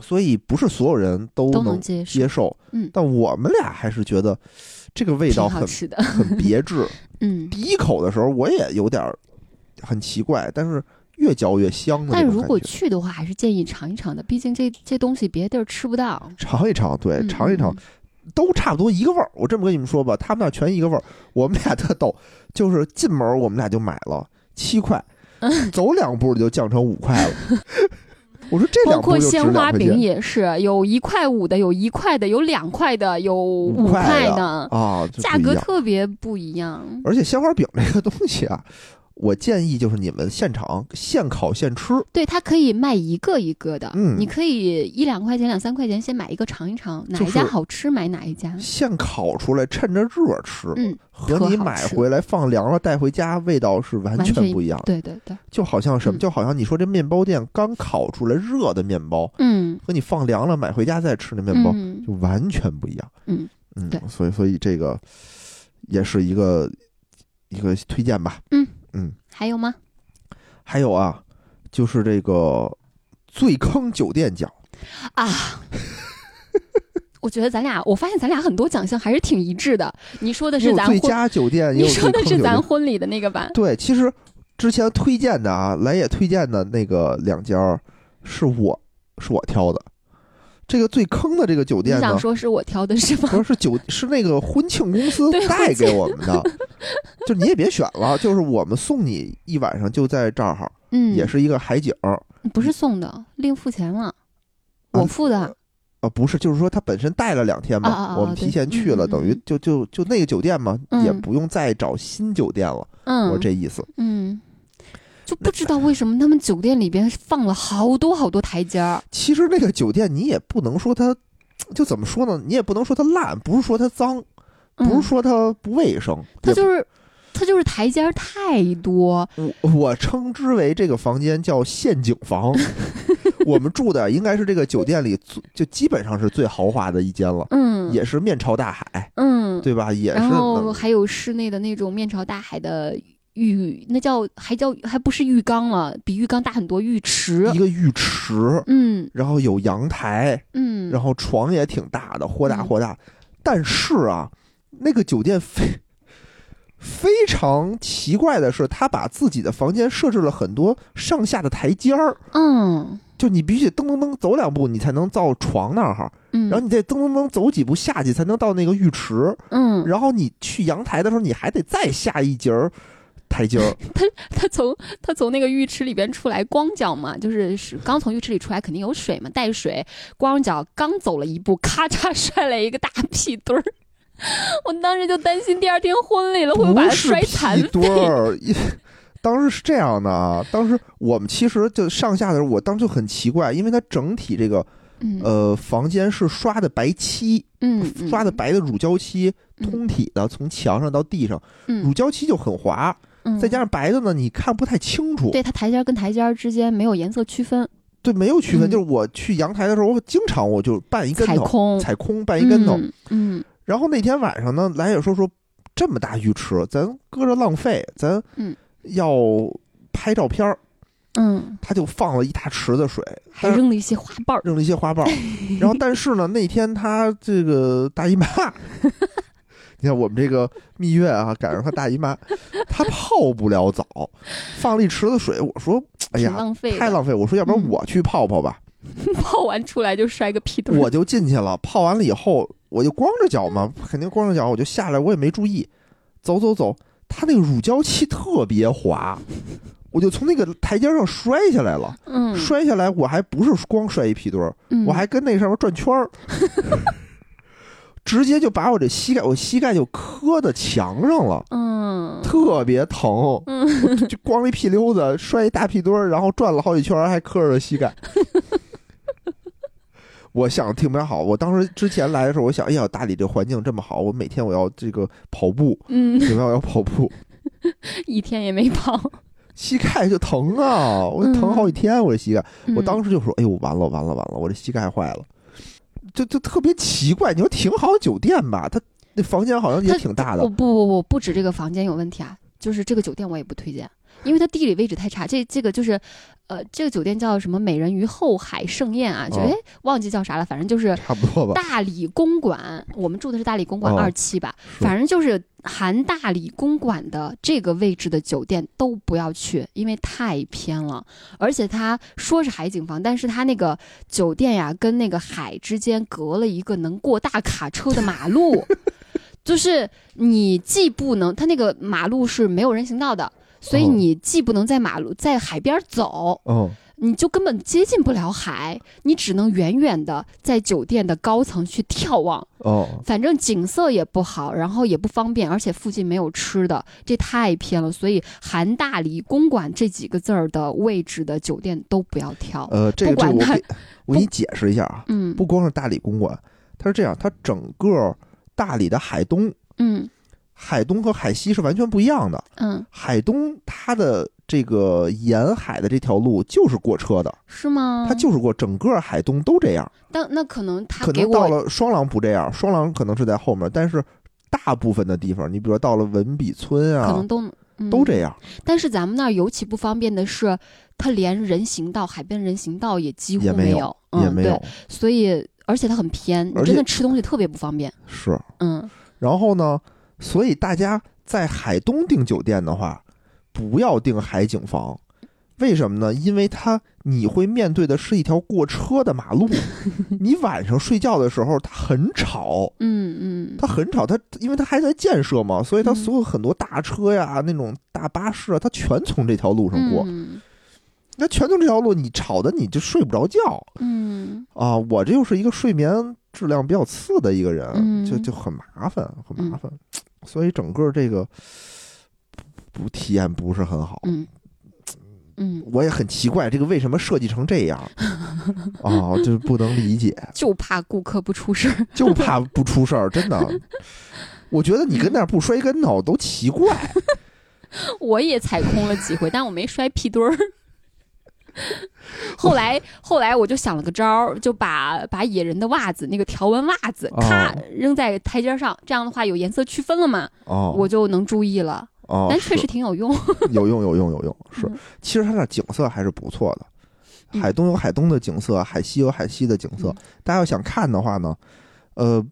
[SPEAKER 2] 所以不是所有人都
[SPEAKER 3] 都能
[SPEAKER 2] 能
[SPEAKER 3] 接受，
[SPEAKER 2] 接受。
[SPEAKER 3] 嗯
[SPEAKER 2] 但我们俩还是觉得这个味
[SPEAKER 3] 挺
[SPEAKER 2] 道
[SPEAKER 3] 好
[SPEAKER 2] 很
[SPEAKER 3] 吃的。
[SPEAKER 2] 很别 致。
[SPEAKER 3] 嗯，
[SPEAKER 2] 第一口的时候我也有点儿很奇怪，但是越嚼越香的那
[SPEAKER 3] 但
[SPEAKER 2] 种
[SPEAKER 3] 如
[SPEAKER 2] 感
[SPEAKER 3] 果
[SPEAKER 2] 觉
[SPEAKER 3] 去的话，还是建议尝一尝的，毕竟这这东西别的地儿吃不到。
[SPEAKER 2] 尝一尝，对，
[SPEAKER 3] 嗯
[SPEAKER 2] 哎尝一尝
[SPEAKER 3] 嗯，
[SPEAKER 2] 都差不多一个味儿。我这么跟你们说吧，他们那儿全一个味儿。我们俩特逗，就是进门儿我们俩就买了七块，
[SPEAKER 3] 嗯
[SPEAKER 2] 走两步就降成五块了。 我说这
[SPEAKER 3] 包
[SPEAKER 2] 两步
[SPEAKER 3] 括
[SPEAKER 2] 就值
[SPEAKER 3] 鲜
[SPEAKER 2] 两
[SPEAKER 3] 花
[SPEAKER 2] 块
[SPEAKER 3] 饼
[SPEAKER 2] 钱
[SPEAKER 3] 也是，有一块五的，有一块的，有两块的，有五
[SPEAKER 2] 块
[SPEAKER 3] 块
[SPEAKER 2] 的
[SPEAKER 3] 的，
[SPEAKER 2] 啊，就
[SPEAKER 3] 价
[SPEAKER 2] 不一
[SPEAKER 3] 格
[SPEAKER 2] 样
[SPEAKER 3] 特别不一样。
[SPEAKER 2] 而且鲜花饼这个东西啊，我建议就是你们现场现烤现吃，
[SPEAKER 3] 对，它可以卖一个一个的，
[SPEAKER 2] 嗯
[SPEAKER 3] 你可以一两块钱、两三块钱先买一个尝一尝，哪
[SPEAKER 2] 就
[SPEAKER 3] 一家
[SPEAKER 2] 是
[SPEAKER 3] 好吃买哪一家。
[SPEAKER 2] 现烤出来趁着热吃，
[SPEAKER 3] 嗯，
[SPEAKER 2] 和
[SPEAKER 3] 特
[SPEAKER 2] 你
[SPEAKER 3] 好
[SPEAKER 2] 买
[SPEAKER 3] 吃
[SPEAKER 2] 回来放凉了带回家味道是完
[SPEAKER 3] 完全
[SPEAKER 2] 全不一样的。
[SPEAKER 3] 对对对，
[SPEAKER 2] 就好像什么，
[SPEAKER 3] 嗯
[SPEAKER 2] 就好像你说这面包店刚烤出来热的面包，
[SPEAKER 3] 嗯，
[SPEAKER 2] 和你放凉了买回家再吃那面包
[SPEAKER 3] 嗯
[SPEAKER 2] 就完全不一样。
[SPEAKER 3] 嗯
[SPEAKER 2] 嗯
[SPEAKER 3] 对，
[SPEAKER 2] 所以所以这个也是一个一个推荐吧。
[SPEAKER 3] 还有吗？
[SPEAKER 2] 还有啊，就是这个最坑酒店奖，
[SPEAKER 3] 啊。我觉得咱俩，我发现咱俩很多奖项还是挺一致的。你说的
[SPEAKER 2] 也
[SPEAKER 3] 是
[SPEAKER 2] 有
[SPEAKER 3] 咱
[SPEAKER 2] 最
[SPEAKER 3] 婚，
[SPEAKER 2] 佳酒店，也有
[SPEAKER 3] 你
[SPEAKER 2] 最
[SPEAKER 3] 说的
[SPEAKER 2] 坑酒
[SPEAKER 3] 是咱
[SPEAKER 2] 店。
[SPEAKER 3] 婚礼的那个吧？
[SPEAKER 2] 对，其实之前推荐的啊，来也推荐的那个两家儿是我是我挑的。这个最坑的这个酒
[SPEAKER 3] 你
[SPEAKER 2] 店呢
[SPEAKER 3] 想，说是我挑的是吗？
[SPEAKER 2] 不是是酒是那个婚庆公司
[SPEAKER 3] 对
[SPEAKER 2] 带
[SPEAKER 3] 婚庆
[SPEAKER 2] 给我们的，就你也别选了，就是我们送你一晚上就在这儿，
[SPEAKER 3] 嗯，
[SPEAKER 2] 也是啊一个海景儿
[SPEAKER 3] 不是送的，另付钱了，我付的。
[SPEAKER 2] 啊，不是，就是说他本身带了两天
[SPEAKER 3] 啊啊
[SPEAKER 2] 嘛，
[SPEAKER 3] 啊
[SPEAKER 2] 我们提前去了，
[SPEAKER 3] 对嗯嗯
[SPEAKER 2] 等于就就就那个酒店嘛，
[SPEAKER 3] 嗯
[SPEAKER 2] 也不用再找新酒店了，
[SPEAKER 3] 嗯，
[SPEAKER 2] 我这意思。
[SPEAKER 3] 嗯，就不知道为什么他们酒店里边放了好多好多台阶儿。
[SPEAKER 2] 其实那个酒店你也不能说它，就怎么说呢？你也不能说它烂，不是说它脏，不是
[SPEAKER 3] 嗯，
[SPEAKER 2] 说它不卫生，
[SPEAKER 3] 他
[SPEAKER 2] 也
[SPEAKER 3] 就
[SPEAKER 2] 不
[SPEAKER 3] 是他就是台阶儿太多。
[SPEAKER 2] 我我称之为这个房间叫陷阱 房。我们住的应该是这个酒店里最就基本上是最豪华的一间了，
[SPEAKER 3] 嗯，
[SPEAKER 2] 也是面朝大海，
[SPEAKER 3] 嗯，
[SPEAKER 2] 对吧？也是
[SPEAKER 3] 然后
[SPEAKER 2] 能
[SPEAKER 3] 还有室内的那种面朝大海的浴，那叫还叫还不是浴缸了，比浴缸大很多浴池
[SPEAKER 2] 一。个浴池，
[SPEAKER 3] 嗯
[SPEAKER 2] 然后有阳台，
[SPEAKER 3] 嗯，
[SPEAKER 2] 然后床也挺大的，豁大豁大。但是啊，那个酒店非非常奇怪的是，他把自己的房间设置了很多上下的台阶儿，
[SPEAKER 3] 嗯
[SPEAKER 2] 就你必须得噔噔噔走两步，你才能到床那儿哈。
[SPEAKER 3] 嗯，
[SPEAKER 2] 然后你再噔噔噔走几步下去，才能到那个浴池。
[SPEAKER 3] 嗯，
[SPEAKER 2] 然后你去阳台的时候，你还得再下一节儿台阶儿。
[SPEAKER 3] 他从他从那个浴池里边出来，光脚嘛，就是是刚从浴池里出来，肯定有水嘛，带水，光脚刚走了一步，咔嚓摔了一个大 屁墩儿。我当时就担心第二天婚礼了，会不会把他
[SPEAKER 2] 不是
[SPEAKER 3] 摔残
[SPEAKER 2] 屁墩儿。当时是这样的啊，当时我们其实就上下的时候，我当时就很奇怪，因为它整体这个
[SPEAKER 3] 嗯
[SPEAKER 2] 呃房间是刷的白漆，
[SPEAKER 3] 嗯，嗯
[SPEAKER 2] 刷的白的乳胶漆，
[SPEAKER 3] 嗯
[SPEAKER 2] 通体的，从墙上到地上，乳
[SPEAKER 3] 嗯，
[SPEAKER 2] 胶漆就很滑，
[SPEAKER 3] 嗯
[SPEAKER 2] 再加上白的呢，你看不太清楚，
[SPEAKER 3] 对它台阶儿跟台阶儿之间没有颜色区分，
[SPEAKER 2] 对，没有区分。
[SPEAKER 3] 嗯
[SPEAKER 2] 就是我去阳台的时候，我经常我就绊一跟
[SPEAKER 3] 踩
[SPEAKER 2] 头，
[SPEAKER 3] 空，
[SPEAKER 2] 踩空绊一跟头。
[SPEAKER 3] 嗯嗯
[SPEAKER 2] 然后那天晚上呢，来也说说这么大浴池，咱搁着浪费，咱
[SPEAKER 3] 嗯
[SPEAKER 2] 要拍照片儿，
[SPEAKER 3] 嗯，
[SPEAKER 2] 他就放了一大池子水，
[SPEAKER 3] 还
[SPEAKER 2] 但是
[SPEAKER 3] 扔了一些花瓣儿，
[SPEAKER 2] 扔了一些 花瓣儿。然后但是呢，那天他这个大姨妈。 你看我们这个蜜月啊，赶上他大姨妈，她泡不了澡，放了一池子水。我说，哎
[SPEAKER 3] 挺
[SPEAKER 2] 呀，
[SPEAKER 3] 浪费的，
[SPEAKER 2] 太浪费！我说，要不然
[SPEAKER 3] 嗯
[SPEAKER 2] 我去泡泡吧。
[SPEAKER 3] 泡完出来就摔个屁墩儿，
[SPEAKER 2] 我就进去了，泡完了以后，我就光着脚嘛，肯定光着脚，我就下来，我也没注意，走走走，它那个乳胶漆特别 滑，我就从那个台阶上摔下来了。
[SPEAKER 3] 嗯，
[SPEAKER 2] 摔下来我还不是光摔一屁墩儿，
[SPEAKER 3] 嗯
[SPEAKER 2] 我还跟那上面转圈儿， 直接就把我这膝盖，我膝盖就磕到墙上了。
[SPEAKER 3] 嗯
[SPEAKER 2] 特别疼，
[SPEAKER 3] 嗯
[SPEAKER 2] 我就就光一屁溜子摔一大屁墩儿，然后转了好几圈儿，还磕着膝盖。 我想挺美好，我当时之前来的时候，我想，哎呀，大理这环境这么好，我每天我要这个跑步，
[SPEAKER 3] 嗯，
[SPEAKER 2] 每天我要跑 步，
[SPEAKER 3] 一天也没跑。
[SPEAKER 2] 膝盖就疼啊，我疼好几天，我这膝盖，我
[SPEAKER 3] 嗯
[SPEAKER 2] 当时就说，哎呦，完了完了完了，我这膝盖坏了，就就特别奇怪。你说挺好酒店吧，它那房间好像也
[SPEAKER 3] 它
[SPEAKER 2] 挺大的
[SPEAKER 3] 我，不不不，不止这个房间有问题啊，就是这个酒店我也不推荐，因为它地理位置太差。这这个就是，呃，这个酒店叫什么美人鱼后海盛宴啊，就
[SPEAKER 2] 哦
[SPEAKER 3] 哎、忘记叫啥了，反正就是
[SPEAKER 2] 差不多吧。
[SPEAKER 3] 大理公馆，我们住的是大理公馆
[SPEAKER 2] 哦
[SPEAKER 3] 二期吧，反正就是含大理公馆的这个位置的酒店都不要去，因为太偏了。而且它说是海景房，但是它那个酒店呀，跟那个海之间隔了一个能过大卡车的马 路，就是你既不能，它那个马路是没有人行道的。所以
[SPEAKER 2] 哦
[SPEAKER 3] 你既不能在马路在海边走，
[SPEAKER 2] 嗯，
[SPEAKER 3] 你就根本接近不了海，你只能远远的在酒店的高层去眺望。
[SPEAKER 2] 哦，
[SPEAKER 3] 反正景色也不好，然后也不方便，而且附近没有吃的，这太偏了。所以含大理、公馆这几个字儿的位置的酒店都不要挑。
[SPEAKER 2] 呃，这个
[SPEAKER 3] 不
[SPEAKER 2] 这个
[SPEAKER 3] 管
[SPEAKER 2] 我
[SPEAKER 3] 它
[SPEAKER 2] 给我给你解释一下啊，
[SPEAKER 3] 嗯
[SPEAKER 2] 不光是大理公馆，它是这样，它整个大理的海东、
[SPEAKER 3] 嗯
[SPEAKER 2] 海东和海西是完全不一样的。
[SPEAKER 3] 嗯，
[SPEAKER 2] 海东它的这个沿海的这条路就是过车的，
[SPEAKER 3] 是吗？
[SPEAKER 2] 它就是过整个海东都这样，
[SPEAKER 3] 但那可能他
[SPEAKER 2] 可
[SPEAKER 3] 给
[SPEAKER 2] 能到
[SPEAKER 3] 我
[SPEAKER 2] 了双廊不这样，双廊可能是在后面，但是大部分的地方，你比如说到了文笔村
[SPEAKER 3] 可
[SPEAKER 2] 啊
[SPEAKER 3] 能，都、嗯、
[SPEAKER 2] 都这样，
[SPEAKER 3] 但是咱们那儿尤其不方便的是，它连人行道、海边人行道也几乎
[SPEAKER 2] 也没
[SPEAKER 3] 有，
[SPEAKER 2] 有
[SPEAKER 3] 嗯、
[SPEAKER 2] 也没有
[SPEAKER 3] 对，所以而且它很偏，
[SPEAKER 2] 而且
[SPEAKER 3] 你真的吃东西特别不方便。
[SPEAKER 2] 是。
[SPEAKER 3] 嗯
[SPEAKER 2] 然后呢，所以大家在海东订酒店的话，不要订海景房，为什么呢？因为它你会面对的是一条过车的马路，你晚上睡觉的时候它很吵。
[SPEAKER 3] 嗯嗯
[SPEAKER 2] 它很吵，它因为它还在建设嘛，所以它
[SPEAKER 3] 嗯
[SPEAKER 2] 所有很多大车呀、那种大巴士啊，它全从这条路上过。
[SPEAKER 3] 嗯
[SPEAKER 2] 那全从这条路，你吵的你就睡不着觉
[SPEAKER 3] 嗯
[SPEAKER 2] 啊！我这又是一个睡眠质量比较次的一个人，
[SPEAKER 3] 嗯
[SPEAKER 2] 就就很麻烦，很麻烦。所以整个这个不不体验不是很好。
[SPEAKER 3] 嗯嗯，
[SPEAKER 2] 我也很奇怪，这个为什么设计成这样啊？就是不能理解，
[SPEAKER 3] 就怕顾客不出事儿。
[SPEAKER 2] 就怕不出事儿，真的。我觉得你跟那儿不摔跟头都奇怪，
[SPEAKER 3] 我也踩空了几回，但我没摔屁墩儿。后来，后来我就想了个招儿，就把把野人的袜子那个条纹袜子，咔
[SPEAKER 2] 哦
[SPEAKER 3] 扔在台阶上，这样的话有颜色区分了嘛，
[SPEAKER 2] 哦，
[SPEAKER 3] 我就能注意了。
[SPEAKER 2] 哦，
[SPEAKER 3] 但确
[SPEAKER 2] 是
[SPEAKER 3] 实挺有用。
[SPEAKER 2] 有用，有用，有用。是
[SPEAKER 3] 嗯，
[SPEAKER 2] 其实它那景色还是不错的，
[SPEAKER 3] 嗯
[SPEAKER 2] 海东有海东的景色，海西有海西的景色
[SPEAKER 3] 嗯。
[SPEAKER 2] 大家要想看的话呢，呃，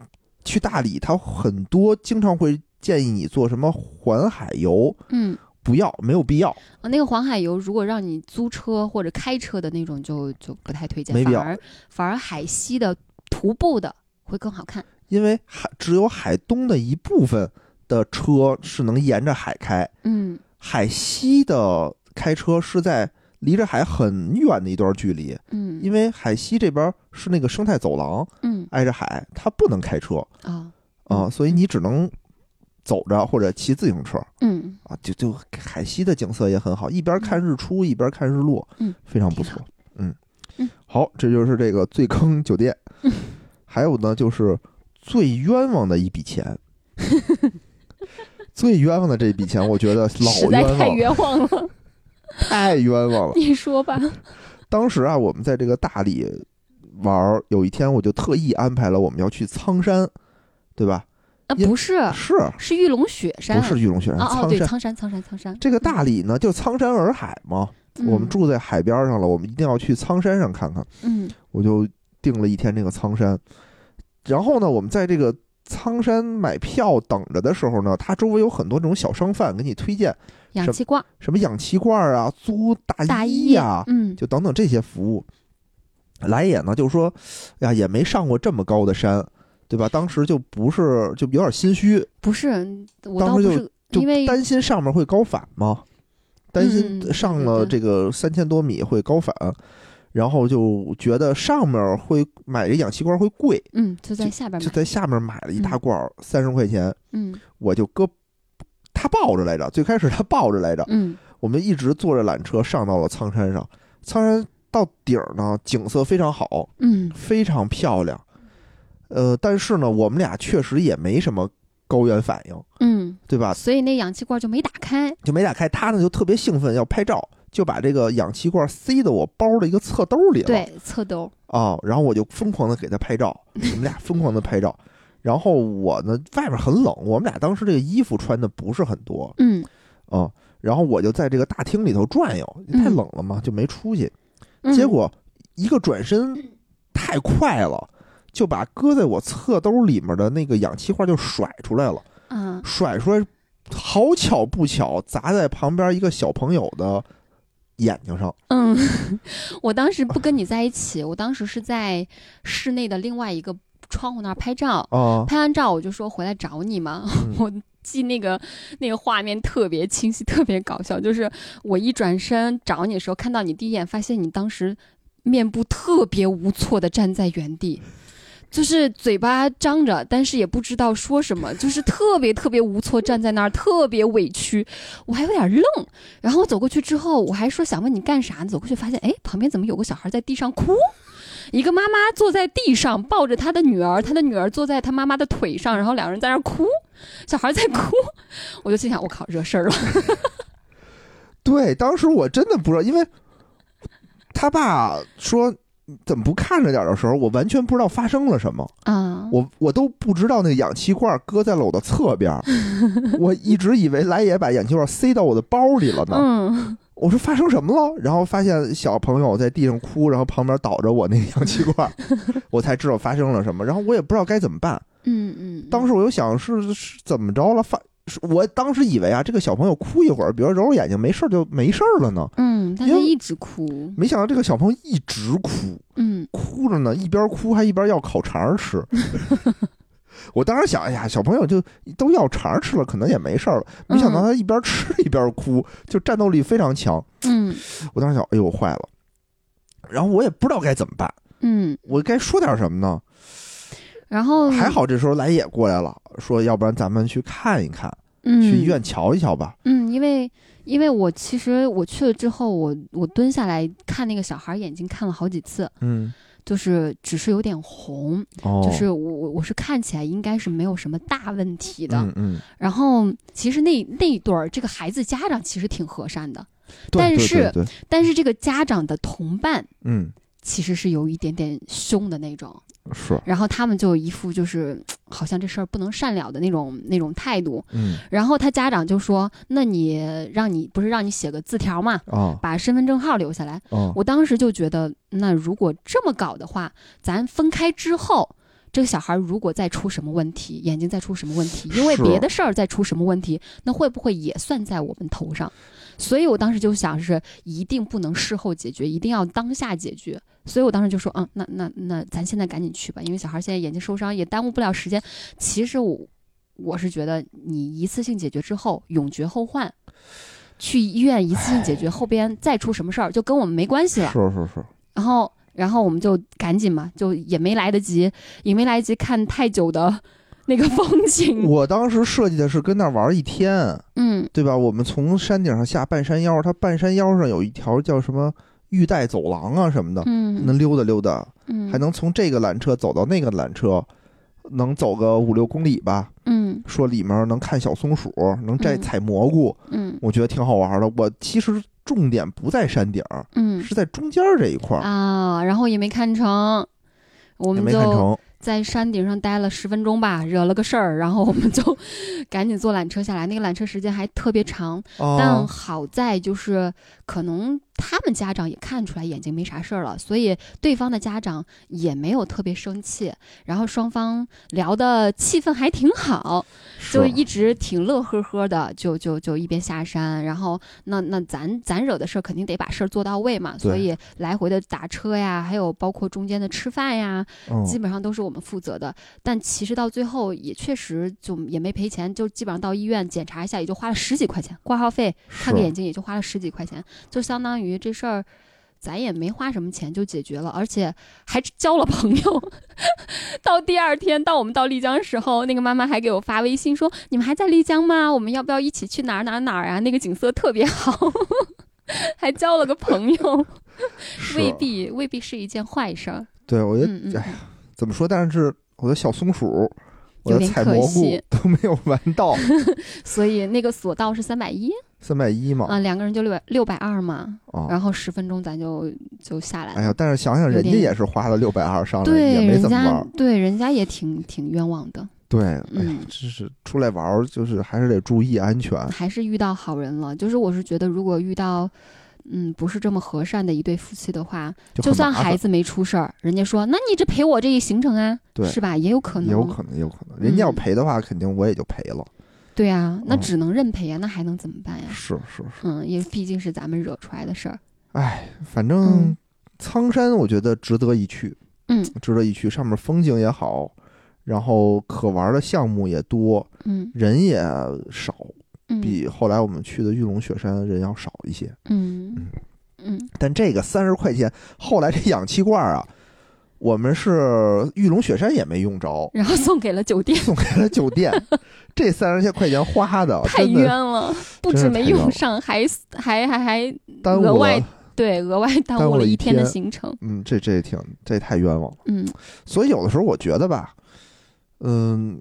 [SPEAKER 2] 去大理，它很多经常会建议你做什么环海游，
[SPEAKER 3] 嗯，
[SPEAKER 2] 不要，没有必要，
[SPEAKER 3] 啊那个黄海游，如果让你租车或者开车的那种就，就不太推荐。
[SPEAKER 2] 没必
[SPEAKER 3] 反
[SPEAKER 2] 要
[SPEAKER 3] 而反而海西的徒步的会更好看。
[SPEAKER 2] 因为海只有海东的一部分的车是能沿着海开，
[SPEAKER 3] 嗯
[SPEAKER 2] 海西的开车是在离着海很远的一段距离，
[SPEAKER 3] 嗯
[SPEAKER 2] 因为海西这边是那个生态走廊
[SPEAKER 3] 嗯
[SPEAKER 2] 挨着海，它不能开车。
[SPEAKER 3] 啊
[SPEAKER 2] 啊，所以你只能走着或者骑自行车
[SPEAKER 3] 嗯
[SPEAKER 2] 啊，就就海西的景色也很好，一边看日出一边看日落，
[SPEAKER 3] 嗯，
[SPEAKER 2] 非常不
[SPEAKER 3] 挺
[SPEAKER 2] 错
[SPEAKER 3] 好，
[SPEAKER 2] 嗯
[SPEAKER 3] 嗯
[SPEAKER 2] 好，这就是这个最坑酒店，
[SPEAKER 3] 嗯
[SPEAKER 2] 还有呢就是最冤枉的一笔钱，最冤枉的这笔钱，我觉得
[SPEAKER 3] 实
[SPEAKER 2] 老
[SPEAKER 3] 在
[SPEAKER 2] 冤枉
[SPEAKER 3] 太
[SPEAKER 2] 了，
[SPEAKER 3] 冤枉了。
[SPEAKER 2] 太冤枉 了。
[SPEAKER 3] 你说吧，
[SPEAKER 2] 当时啊，我们在这个大理玩儿，有一天我就特意安排了我们要去苍山，对吧？
[SPEAKER 3] 啊，
[SPEAKER 2] 因
[SPEAKER 3] 不是，
[SPEAKER 2] 是
[SPEAKER 3] 是玉龙雪山，
[SPEAKER 2] 不是玉龙雪山？
[SPEAKER 3] 哦哦，
[SPEAKER 2] 苍
[SPEAKER 3] 对，
[SPEAKER 2] 山。
[SPEAKER 3] 苍山，苍山，苍山。
[SPEAKER 2] 这个大理呢，就苍山洱海嘛，
[SPEAKER 3] 嗯
[SPEAKER 2] 我们，住在海边上了，我们一定要去苍山上看看。
[SPEAKER 3] 嗯
[SPEAKER 2] 我就定了一天这个苍山，然后呢，我们在这个苍山买票等着的时候呢，它周围有很多这种小商贩给你推荐
[SPEAKER 3] 嗯，氧
[SPEAKER 2] 什
[SPEAKER 3] 气罐，
[SPEAKER 2] 什么氧气罐啊、租
[SPEAKER 3] 大
[SPEAKER 2] 大
[SPEAKER 3] 衣
[SPEAKER 2] 衣呀、
[SPEAKER 3] 嗯
[SPEAKER 2] 就等等这些服务。来也呢，就说，哎呀，也没上过这么高的山，对吧？当时就不是，就有点心虚，
[SPEAKER 3] 不是，我
[SPEAKER 2] 当
[SPEAKER 3] 倒
[SPEAKER 2] 时
[SPEAKER 3] 不
[SPEAKER 2] 就是就
[SPEAKER 3] 因为
[SPEAKER 2] 担心上面会高反嘛，担心
[SPEAKER 3] 嗯
[SPEAKER 2] 上了
[SPEAKER 3] 对
[SPEAKER 2] 这个三千多米会高反，然后就觉得上面会买这氧气罐会贵，
[SPEAKER 3] 嗯，就在下边
[SPEAKER 2] 就
[SPEAKER 3] 买，
[SPEAKER 2] 在下面买了一大罐三十块钱，
[SPEAKER 3] 嗯
[SPEAKER 2] 我就搁。他抱着来着，最开始他抱着来着，
[SPEAKER 3] 嗯
[SPEAKER 2] 我们一直坐着缆车上到了苍山上。苍山到顶儿呢，景色非常好，
[SPEAKER 3] 嗯
[SPEAKER 2] 非常漂亮。呃，但是呢，我们俩确实也没什么高原反应，
[SPEAKER 3] 嗯，
[SPEAKER 2] 对吧？
[SPEAKER 3] 所以那氧气罐就没打开，
[SPEAKER 2] 就没打开。他呢就特别兴奋要拍照，就把这个氧气罐塞到我包的一个侧兜里了。
[SPEAKER 3] 对，侧兜，
[SPEAKER 2] 啊、然后我就疯狂的给他拍 照，我们俩疯狂的拍照。然后我呢，外面很冷，我们俩当时这个衣服穿的不是很多
[SPEAKER 3] 嗯
[SPEAKER 2] 啊、然后我就在这个大厅里头转悠，
[SPEAKER 3] 嗯
[SPEAKER 2] 太冷了嘛，就没出去。
[SPEAKER 3] 嗯，
[SPEAKER 2] 结果一个转身太快了，就把搁在我侧兜里面的那个氧气罐就甩出来了，
[SPEAKER 3] 啊，
[SPEAKER 2] 甩出来，好巧不巧砸在旁边一个小朋友的眼睛上。
[SPEAKER 3] 嗯， 我当时不跟你在一起，我当时是在室内的另外一个窗户那儿拍照，
[SPEAKER 2] 啊，
[SPEAKER 3] 拍完照我就说回来找你嘛，
[SPEAKER 2] 嗯
[SPEAKER 3] 我记那个那个画面特别清晰，特别搞笑。就是我一转身找你的时候，看到你第一眼，发现你当时面部特别无措的站在原地。就是嘴巴张着，但是也不知道说什么， 就是特别特别无措，站在那儿特别委屈，我还有点愣。然后走过去之后，我还说想问你干啥呢，走过去发现，哎，旁边怎么有个小孩在地上哭？一个妈妈坐在地上抱着她的女儿，她的女儿坐在她妈妈的腿上，然后两人在那儿哭，小孩在哭， 我就心想我靠惹事儿了，
[SPEAKER 2] 对，当时我真的不知道，因为他爸说怎么不看着点儿的时候，我完全不知道发生了什么，
[SPEAKER 3] 啊，
[SPEAKER 2] 我我都不知道那个氧气罐搁在了我的侧边儿，我一直以为来也把氧气罐塞到我的包里了呢。
[SPEAKER 3] 嗯
[SPEAKER 2] 我说发生什么了？然后发现小朋友在地上哭，然后旁边倒着我那个氧气罐儿，我才知道发生了什么。然后我也不知道该怎么办。
[SPEAKER 3] 嗯嗯，
[SPEAKER 2] 当时我就想是是怎么着了？发是我当时以为啊，这个小朋友哭一会儿，比如揉揉眼睛没事儿就没事儿了呢。
[SPEAKER 3] 嗯，但
[SPEAKER 2] 因
[SPEAKER 3] 他
[SPEAKER 2] 为
[SPEAKER 3] 一直哭，
[SPEAKER 2] 没想到这个小朋友一直哭，
[SPEAKER 3] 嗯
[SPEAKER 2] 哭着呢，一边哭还一边要烤肠儿吃。我当时想，哎呀，小朋友就都要肠儿吃了，可能也没事儿了。没想到他一边吃一边哭，就战斗力非常强。
[SPEAKER 3] 嗯
[SPEAKER 2] 我当时想，哎呦，坏了！然后我也不知道该怎么办，
[SPEAKER 3] 嗯，
[SPEAKER 2] 我该说点什么呢？
[SPEAKER 3] 然后
[SPEAKER 2] 还，好这时候来也过来了，说要不然咱们去看一看，
[SPEAKER 3] 嗯，
[SPEAKER 2] 去医院瞧一瞧吧。
[SPEAKER 3] 嗯，因为因为我其实我去了之后，我我蹲下来看那个小孩眼睛看了好几次，
[SPEAKER 2] 嗯，
[SPEAKER 3] 就是只是有点红，
[SPEAKER 2] 哦，
[SPEAKER 3] 就是我我我是看起来应该是没有什么大问题的，
[SPEAKER 2] 嗯嗯，
[SPEAKER 3] 然后其实那那一对儿，这个孩子家长其实挺和善的，
[SPEAKER 2] 对
[SPEAKER 3] 但
[SPEAKER 2] 对
[SPEAKER 3] 是
[SPEAKER 2] 对对
[SPEAKER 3] 但是这个家长的同伴
[SPEAKER 2] 嗯
[SPEAKER 3] 其实是有一点点凶的那种，
[SPEAKER 2] 是，
[SPEAKER 3] 然后他们就一副就是嘖好像这事儿不能善了的那种那种态度，
[SPEAKER 2] 嗯
[SPEAKER 3] 然后他家长就说：“那你让你不是让你写个字条嘛，
[SPEAKER 2] 啊
[SPEAKER 3] 把身份证号留下来。”
[SPEAKER 2] 啊，
[SPEAKER 3] 我当时就觉得，那如果这么搞的话，咱分开之后，这个小孩如果再出什么问题，眼睛再出什么问题，因为
[SPEAKER 2] 是
[SPEAKER 3] 别的事儿再出什么问题，那会不会也算在我们头上？所以我当时就想是一定不能事后解决，一定要当下解决。所以我当时就说，嗯，那那那咱现在赶紧去吧，因为小孩现在眼睛受伤，也耽误不了时间。其实我我是觉得，你一次性解决之后，永绝后患。去医院一次性解决，后边再出什么事儿就跟我们没关系了。
[SPEAKER 2] 是是是，
[SPEAKER 3] 然后然后我们就赶紧嘛，就也没来得及，也没来得及看太久的那个风景。
[SPEAKER 2] 我当时设计的是跟那儿玩一天，
[SPEAKER 3] 嗯
[SPEAKER 2] 对吧？我们从山顶上下半山腰，它半山腰上有一条叫什么玉带走廊啊什么的，
[SPEAKER 3] 嗯
[SPEAKER 2] 能溜达溜达，
[SPEAKER 3] 嗯，
[SPEAKER 2] 还能从这个缆车走到那个缆车，能走个五六公里吧。
[SPEAKER 3] 嗯
[SPEAKER 2] 说里面能看小松鼠，能摘
[SPEAKER 3] 嗯
[SPEAKER 2] 采蘑菇，
[SPEAKER 3] 嗯
[SPEAKER 2] 我觉得挺好玩的。我其实重点不在山顶儿，
[SPEAKER 3] 嗯
[SPEAKER 2] 是在中间这一块儿，
[SPEAKER 3] 啊，然后也没看成。我
[SPEAKER 2] 也
[SPEAKER 3] 们
[SPEAKER 2] 没看
[SPEAKER 3] 就
[SPEAKER 2] 成。
[SPEAKER 3] 在山顶上待了十分钟吧，惹了个事儿，然后我们就 赶紧坐缆车下来。那个缆车时间还特别长，但
[SPEAKER 2] 哦，
[SPEAKER 3] 好在就是可能他们家长也看出来眼睛没啥事儿了，所以对方的家长也没有特别生气，然后双方聊的气氛还挺好，就是一直挺乐呵呵的，就就就一边下山，然后那那咱咱惹的事儿肯定得把事儿做到位嘛，所
[SPEAKER 2] 对
[SPEAKER 3] 以来回的打车呀，还有包括中间的吃饭呀，
[SPEAKER 2] 嗯
[SPEAKER 3] 基本上都是我们负责的。但其实到最后也确实就也没赔钱，就基本上到医院检查一下也就花了十几块钱，挂号费看个
[SPEAKER 2] 是
[SPEAKER 3] 眼睛也就花了十几块钱，就相当于这事儿。咱也没花什么钱就解决了，而且还交了朋友。 到第二天，到我们到丽江时候，那个妈妈还给我发微信说：“你们还在丽江吗？我们要不要一起去哪儿哪儿哪儿啊？那个景色特别好。” 还交了个朋友，
[SPEAKER 2] 是
[SPEAKER 3] 未必未必是一件坏事儿。
[SPEAKER 2] 对我觉得
[SPEAKER 3] 嗯嗯，
[SPEAKER 2] 哎
[SPEAKER 3] 嗯
[SPEAKER 2] 怎么说？但是我的小松鼠，我
[SPEAKER 3] 有
[SPEAKER 2] 的
[SPEAKER 3] 点
[SPEAKER 2] 采
[SPEAKER 3] 可
[SPEAKER 2] 蘑菇
[SPEAKER 3] 惜
[SPEAKER 2] 都没有玩 到
[SPEAKER 3] 所以那个索道是三百一
[SPEAKER 2] 三百一嘛
[SPEAKER 3] 啊，两个人就六百六百二嘛，
[SPEAKER 2] 啊！
[SPEAKER 3] 然后十分钟咱就就下来
[SPEAKER 2] 哎
[SPEAKER 3] 了。
[SPEAKER 2] 呀，但是想想
[SPEAKER 3] 有
[SPEAKER 2] 人家
[SPEAKER 3] 点
[SPEAKER 2] 也是花了六百二上来，也
[SPEAKER 3] 对
[SPEAKER 2] 没
[SPEAKER 3] 人
[SPEAKER 2] 怎么玩
[SPEAKER 3] 家
[SPEAKER 2] 儿。，
[SPEAKER 3] 对人家也挺挺冤枉的，
[SPEAKER 2] 对，哎呀
[SPEAKER 3] 嗯，
[SPEAKER 2] 真是出来玩儿就是还是得注意安全。
[SPEAKER 3] 还是遇到好人了。就是我是觉得，如果遇到嗯不是这么和善的一对夫妻的话，
[SPEAKER 2] 就
[SPEAKER 3] 就
[SPEAKER 2] 很
[SPEAKER 3] 算
[SPEAKER 2] 麻烦
[SPEAKER 3] 孩子没出事儿，人家说那你这陪我这一行程啊，
[SPEAKER 2] 对
[SPEAKER 3] 是吧？也有可
[SPEAKER 2] 也有
[SPEAKER 3] 能，
[SPEAKER 2] 可能，也有可能，人家要
[SPEAKER 3] 嗯
[SPEAKER 2] 赔的话，肯定我也就赔了。
[SPEAKER 3] 对啊，那
[SPEAKER 2] 嗯
[SPEAKER 3] 只能认赔啊，那还能怎么办呀？
[SPEAKER 2] 是是是，
[SPEAKER 3] 嗯，也毕竟是咱们惹出来的事儿。
[SPEAKER 2] 哎，反正
[SPEAKER 3] 嗯
[SPEAKER 2] 苍山我觉得值得一去，
[SPEAKER 3] 嗯
[SPEAKER 2] 值得一去，上面风景也好，然后可玩的项目也多，
[SPEAKER 3] 嗯
[SPEAKER 2] 人也少，
[SPEAKER 3] 嗯
[SPEAKER 2] 比后来我们去的玉龙雪山人要少一些。
[SPEAKER 3] 嗯嗯，
[SPEAKER 2] 但这个三十块钱，后来这 氧气罐啊，我们是玉龙雪山也没用着
[SPEAKER 3] 然后送给了酒店。
[SPEAKER 2] 送给了酒 店。这三十块钱花的
[SPEAKER 3] 太
[SPEAKER 2] 啊真
[SPEAKER 3] 冤
[SPEAKER 2] 的
[SPEAKER 3] 了，不
[SPEAKER 2] 真
[SPEAKER 3] 止
[SPEAKER 2] 是
[SPEAKER 3] 没
[SPEAKER 2] 太冤了
[SPEAKER 3] 用上，还还还还
[SPEAKER 2] 耽误
[SPEAKER 3] 额外
[SPEAKER 2] 了，
[SPEAKER 3] 对额外
[SPEAKER 2] 耽
[SPEAKER 3] 耽
[SPEAKER 2] 误
[SPEAKER 3] 误
[SPEAKER 2] 了
[SPEAKER 3] 了
[SPEAKER 2] 一
[SPEAKER 3] 一天的
[SPEAKER 2] 天
[SPEAKER 3] 行程。
[SPEAKER 2] 嗯，这这也挺这也太冤枉了。
[SPEAKER 3] 嗯
[SPEAKER 2] 所以有的时候我觉得吧，嗯，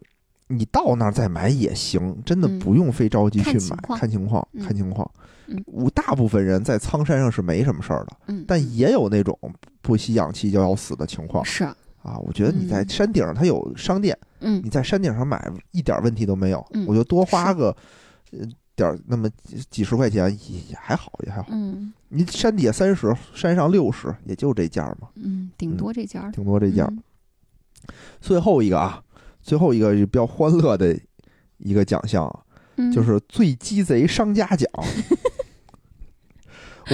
[SPEAKER 2] 你到那儿再买也行，真的
[SPEAKER 3] 嗯
[SPEAKER 2] 不用非着急去
[SPEAKER 3] 看情
[SPEAKER 2] 买，
[SPEAKER 3] 况
[SPEAKER 2] 看情况，
[SPEAKER 3] 嗯
[SPEAKER 2] 看情况。
[SPEAKER 3] 嗯
[SPEAKER 2] 我大部分人在苍山上是没什么事儿的，
[SPEAKER 3] 嗯，
[SPEAKER 2] 但也有那种不吸氧气就要死的情况
[SPEAKER 3] 是
[SPEAKER 2] 啊。我觉得你在
[SPEAKER 3] 嗯
[SPEAKER 2] 山顶上它有商店，
[SPEAKER 3] 嗯
[SPEAKER 2] 你在山顶上买一点问题都没有，
[SPEAKER 3] 嗯
[SPEAKER 2] 我就多花个。呃点儿那么几几十块钱也也还好，也还好。
[SPEAKER 3] 嗯
[SPEAKER 2] 你山底下三十，山上六十，也就这价儿嘛，
[SPEAKER 3] 嗯，顶多这家儿
[SPEAKER 2] 挺多这价儿。
[SPEAKER 3] 嗯
[SPEAKER 2] 最后一个啊，最后一个是比较欢乐的一个奖项啊，
[SPEAKER 3] 嗯
[SPEAKER 2] 就是 最鸡贼商家 奖。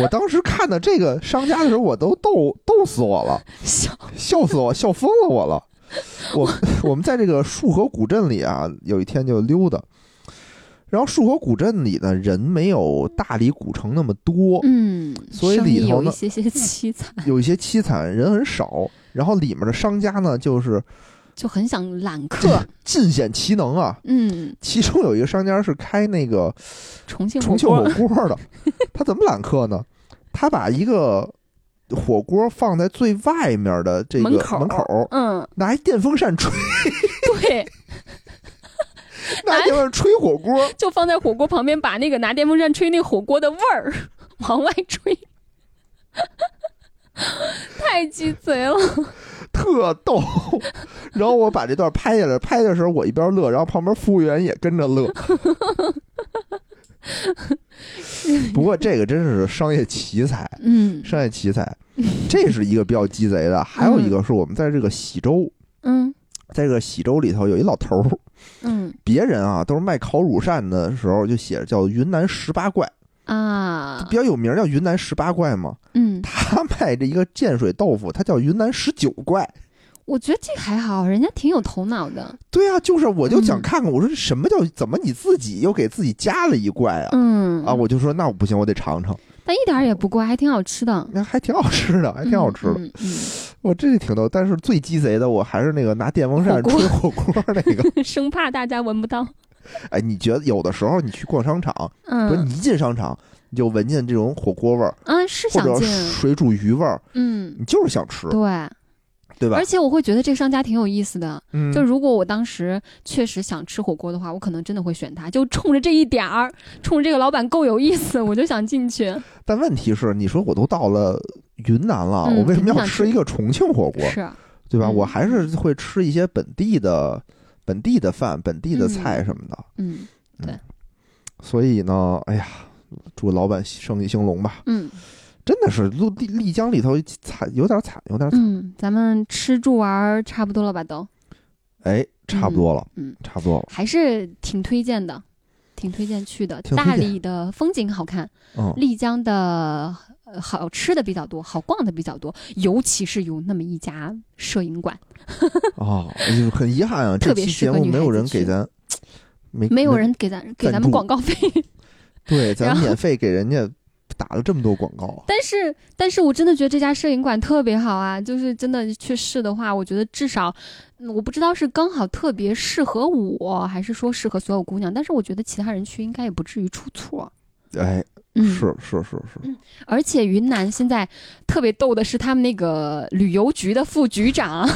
[SPEAKER 2] 我当时看到这个商家的时候，我都逗逗死我了，
[SPEAKER 3] 小
[SPEAKER 2] 笑死我，笑疯了我了。 我我们在这个束河古镇里啊，有一天就溜达，然后束河古镇里呢人没有大理古城那么多，
[SPEAKER 3] 嗯，
[SPEAKER 2] 所以
[SPEAKER 3] 生
[SPEAKER 2] 里
[SPEAKER 3] 意
[SPEAKER 2] 头
[SPEAKER 3] 有
[SPEAKER 2] 呢
[SPEAKER 3] 一些些凄惨，
[SPEAKER 2] 有一些凄惨，人很少。然后里面的商家呢，就是
[SPEAKER 3] 就很想揽客
[SPEAKER 2] 尽。尽显其能啊，
[SPEAKER 3] 嗯，
[SPEAKER 2] 其中有一个商家是开那个
[SPEAKER 3] 重庆
[SPEAKER 2] 重
[SPEAKER 3] 火
[SPEAKER 2] 庆火
[SPEAKER 3] 锅，
[SPEAKER 2] 锅 的，他怎么揽客呢？他把一个火锅放在最外面的这个
[SPEAKER 3] 门
[SPEAKER 2] 门
[SPEAKER 3] 口
[SPEAKER 2] 口
[SPEAKER 3] 嗯，
[SPEAKER 2] 拿一电风 扇吹，
[SPEAKER 3] 对，
[SPEAKER 2] 拿一电风扇吹火锅，
[SPEAKER 3] 就放在火锅旁边，把那个拿电风扇吹那火锅的味儿 往外吹， 太鸡贼了。
[SPEAKER 2] 特逗。然后我把这段拍下来，拍的时候我一边乐，然后旁边服务员也跟着 乐。不过这个真是商业奇才，
[SPEAKER 3] 嗯
[SPEAKER 2] 商业奇才，这是一个比较鸡贼的。还有一个是我们在这个喜洲，
[SPEAKER 3] 嗯
[SPEAKER 2] 在这个喜洲里头有一老头儿，
[SPEAKER 3] 嗯
[SPEAKER 2] 别人啊都是卖烤乳扇的时候就写着叫云南十八怪，
[SPEAKER 3] 啊
[SPEAKER 2] 比，较有名儿叫云南十八怪嘛。
[SPEAKER 3] 嗯，
[SPEAKER 2] 他卖这一个建水豆腐，他叫云南十九怪。
[SPEAKER 3] 我觉得这还好，人家挺有头脑的。
[SPEAKER 2] 对啊，就是我就想
[SPEAKER 3] 嗯
[SPEAKER 2] 看看，我说这什么叫怎么你自己又给自己加了一怪啊？
[SPEAKER 3] 嗯
[SPEAKER 2] 啊，我就说那我不行，我得尝尝，
[SPEAKER 3] 但一点儿也不怪，还挺好吃的，
[SPEAKER 2] 那还挺好吃的，还挺好吃的。
[SPEAKER 3] 嗯嗯
[SPEAKER 2] 我这就挺逗，但是最鸡贼的我还是那个拿电风扇
[SPEAKER 3] 火锅
[SPEAKER 2] 吹火锅那个。
[SPEAKER 3] 嗯 生怕大家闻不到。
[SPEAKER 2] 哎，你觉得有的时候你去逛商场，不是
[SPEAKER 3] 嗯
[SPEAKER 2] 你一进商场你就闻见这种火锅味儿，
[SPEAKER 3] 啊，是
[SPEAKER 2] 或
[SPEAKER 3] 想
[SPEAKER 2] 者
[SPEAKER 3] 进，
[SPEAKER 2] 水煮鱼味儿，
[SPEAKER 3] 嗯，
[SPEAKER 2] 你就是想吃，
[SPEAKER 3] 对。
[SPEAKER 2] 对吧
[SPEAKER 3] 而？且我会觉得这个商家挺有意思的，
[SPEAKER 2] 嗯
[SPEAKER 3] 就如果我当时确实想吃火锅的话，我可能真的会选它，就冲着这一点儿，冲着这个老板够有意思，我就想进去。
[SPEAKER 2] 但问题是，你说我都到了云南了，
[SPEAKER 3] 嗯
[SPEAKER 2] 我为什么
[SPEAKER 3] 肯定
[SPEAKER 2] 要
[SPEAKER 3] 想
[SPEAKER 2] 吃
[SPEAKER 3] 吃
[SPEAKER 2] 一个重庆火锅，
[SPEAKER 3] 是，
[SPEAKER 2] 对吧？
[SPEAKER 3] 嗯
[SPEAKER 2] 我还是会吃一些本地的、本地的饭、本地的菜什么的。
[SPEAKER 3] 嗯
[SPEAKER 2] 所以呢，哎呀，祝老板生意兴隆吧。
[SPEAKER 3] 嗯，
[SPEAKER 2] 真的是都丽丽江里头惨，有点惨，有点惨。
[SPEAKER 3] 嗯，咱们吃住玩儿差不多了吧？都，
[SPEAKER 2] 哎，差不多了，
[SPEAKER 3] 嗯，
[SPEAKER 2] 差不多了。
[SPEAKER 3] 还是挺推荐的，挺推荐去的。
[SPEAKER 2] 挺推
[SPEAKER 3] 大
[SPEAKER 2] 荐
[SPEAKER 3] 理的风景好看，
[SPEAKER 2] 嗯，
[SPEAKER 3] 丽江的呃好吃的比较多，好逛的比较多，尤其是有那么一家摄影馆，
[SPEAKER 2] 哦，就是很遗憾啊，这
[SPEAKER 3] 特别
[SPEAKER 2] 期
[SPEAKER 3] 适
[SPEAKER 2] 节
[SPEAKER 3] 合
[SPEAKER 2] 目
[SPEAKER 3] 女
[SPEAKER 2] 没有
[SPEAKER 3] 孩子
[SPEAKER 2] 人给
[SPEAKER 3] 去
[SPEAKER 2] 咱，没
[SPEAKER 3] 没有人给咱给咱
[SPEAKER 2] 赞
[SPEAKER 3] 们
[SPEAKER 2] 助
[SPEAKER 3] 广告费。
[SPEAKER 2] 对，咱
[SPEAKER 3] 然后
[SPEAKER 2] 免费给人家打了这么多广告，
[SPEAKER 3] 但是，但是我真的觉得这家摄影馆特别好啊！就是真的去试的话，我觉得至少，嗯我不知道是刚好特别适合我，还是说适合所有姑娘。但是我觉得其他人去应该也不至于出错。
[SPEAKER 2] 哎，
[SPEAKER 3] 嗯，
[SPEAKER 2] 是是是是，
[SPEAKER 3] 而且云南现在特别逗的是，他们那个旅游局的副局 长，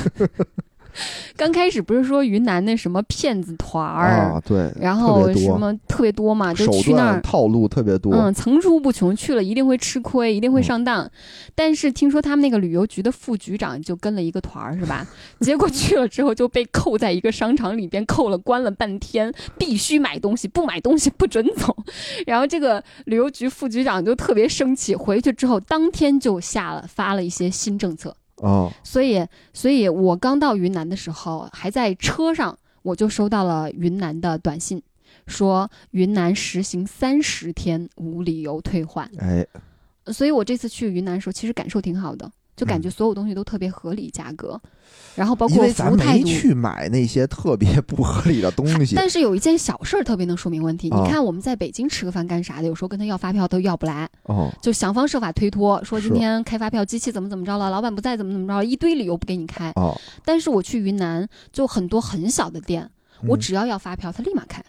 [SPEAKER 3] 刚开始不是说云南那什么骗子团儿，
[SPEAKER 2] 啊，对，
[SPEAKER 3] 然
[SPEAKER 2] 特
[SPEAKER 3] 后
[SPEAKER 2] 别多
[SPEAKER 3] 什么特别多嘛，就
[SPEAKER 2] 手
[SPEAKER 3] 去那
[SPEAKER 2] 段
[SPEAKER 3] 儿。
[SPEAKER 2] 套路特别多，
[SPEAKER 3] 嗯，层出不穷，去了一定会吃亏，一定会上当。但是听说他们那个旅游局的副局长就跟了一个团儿，是吧？结果去了之后就被扣在一个商场里边扣了，关了半天，必须买东西，不买东西不准走。 然后这个旅游局副局长就特别生气，回去之后当天就下了发了一些新政策。
[SPEAKER 2] 啊，
[SPEAKER 3] 所以，所以我刚到云南的时候，还在车上，我就收到了云南的短信，说云南实行三十天无理由退换。
[SPEAKER 2] 哎，
[SPEAKER 3] 所以我这次去云南的时候，其实感受挺好的，就感觉所有东西都特别合理价格，然后包
[SPEAKER 2] 嗯因
[SPEAKER 3] 括
[SPEAKER 2] 为
[SPEAKER 3] 服
[SPEAKER 2] 咱
[SPEAKER 3] 务态
[SPEAKER 2] 没
[SPEAKER 3] 度。
[SPEAKER 2] 去买那些特别 不合理的东西，
[SPEAKER 3] 但是有一件小事儿特别能说明问题。
[SPEAKER 2] 啊
[SPEAKER 3] 你看我们在北京吃个饭干啥的，有时候跟他要发票都要不来，
[SPEAKER 2] 哦，
[SPEAKER 3] 就想方设法推脱，说今
[SPEAKER 2] 是
[SPEAKER 3] 天开发票机器怎么怎么着了，老板不在怎么怎么着了，一堆理由不给你开。
[SPEAKER 2] 哦，
[SPEAKER 3] 但是我去云南，就很多很小的店，我只要要发票，他立马开。
[SPEAKER 2] 嗯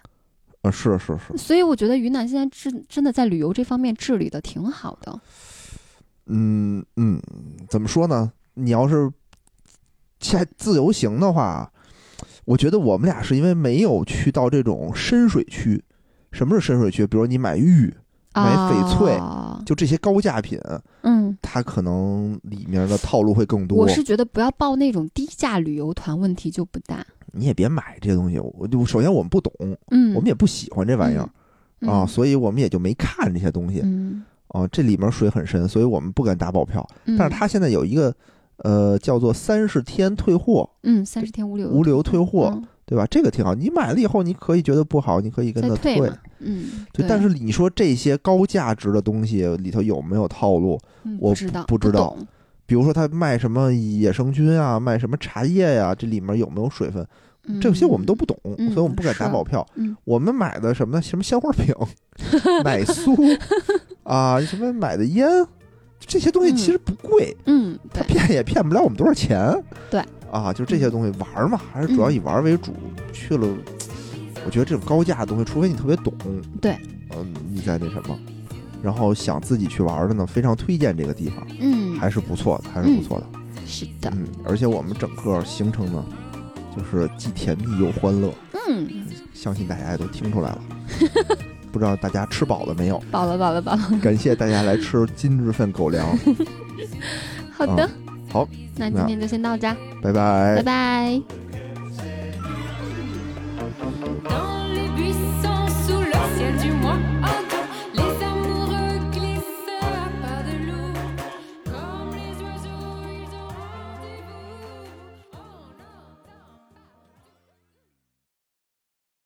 [SPEAKER 2] 啊是是是，
[SPEAKER 3] 所以我觉得云南现在真真的在旅游这方面治理的挺好的。
[SPEAKER 2] 嗯嗯，怎么说呢？你要是在自由行的话，我觉得我们俩是因为没有去到这种深水区。什么是深水区？比如你买玉，买翡翠
[SPEAKER 3] 啊、
[SPEAKER 2] 就这些高价品，
[SPEAKER 3] 嗯，
[SPEAKER 2] 它可能里面的套路会更多。
[SPEAKER 3] 我是觉得不要报那种低价旅游团，问题就不大。
[SPEAKER 2] 你也别买这些东西。我就首先我们不懂，
[SPEAKER 3] 嗯，
[SPEAKER 2] 我们也不喜欢这玩意儿、
[SPEAKER 3] 嗯
[SPEAKER 2] 啊，，所以我们也就没看这些东西、
[SPEAKER 3] 嗯，
[SPEAKER 2] 啊。这里面水很深，所以我们不敢打保票。
[SPEAKER 3] 嗯
[SPEAKER 2] 但是它现在有一个呃叫做三十天退货、
[SPEAKER 3] 嗯，三十天无理由
[SPEAKER 2] 无理由退货，
[SPEAKER 3] 嗯
[SPEAKER 2] 对吧？这个挺好。你买了以后，你可以觉得不好，你可以跟
[SPEAKER 3] 再
[SPEAKER 2] 他
[SPEAKER 3] 退嘛，嗯，
[SPEAKER 2] 对，但是你说这些高价值的东西里头有没有套路？
[SPEAKER 3] 嗯
[SPEAKER 2] 我
[SPEAKER 3] 不知道，
[SPEAKER 2] 不知道
[SPEAKER 3] 懂
[SPEAKER 2] 比如说他卖什么野生菌啊，卖什么茶叶呀、这里面有没有水分？这些我们都不懂，
[SPEAKER 3] 嗯
[SPEAKER 2] 所以我们不敢打
[SPEAKER 3] 是
[SPEAKER 2] 保票。
[SPEAKER 3] 嗯
[SPEAKER 2] 我们买的什么呢？什么鲜花 饼、奶酥啊，什么买的烟，这些东西其实不贵，
[SPEAKER 3] 嗯，嗯
[SPEAKER 2] 它
[SPEAKER 3] 对，
[SPEAKER 2] 骗也骗不了我们多少钱。
[SPEAKER 3] 对，嗯
[SPEAKER 2] 啊，就这些东西玩儿嘛，还是主要以玩儿为主。去了，我觉得这种高价的东西，除非你特别懂，
[SPEAKER 3] 对，
[SPEAKER 2] 嗯，你再那什么。然后想自己去玩儿的呢，非常推荐这个地方，
[SPEAKER 3] 嗯，
[SPEAKER 2] 还是不错的，还是不错的。
[SPEAKER 3] 是的，
[SPEAKER 2] 嗯，而且我们整个行程呢，就是既甜蜜又欢乐，
[SPEAKER 3] 嗯，
[SPEAKER 2] 相信大家也都听出来了。不知道大家吃饱了没有？
[SPEAKER 3] 饱了，饱了，饱了。
[SPEAKER 2] 感谢大家来吃今日份狗粮，啊
[SPEAKER 3] 好的，
[SPEAKER 2] 好，
[SPEAKER 3] 那今
[SPEAKER 2] 那
[SPEAKER 3] 天就先到这儿，
[SPEAKER 2] 拜拜
[SPEAKER 3] 拜拜。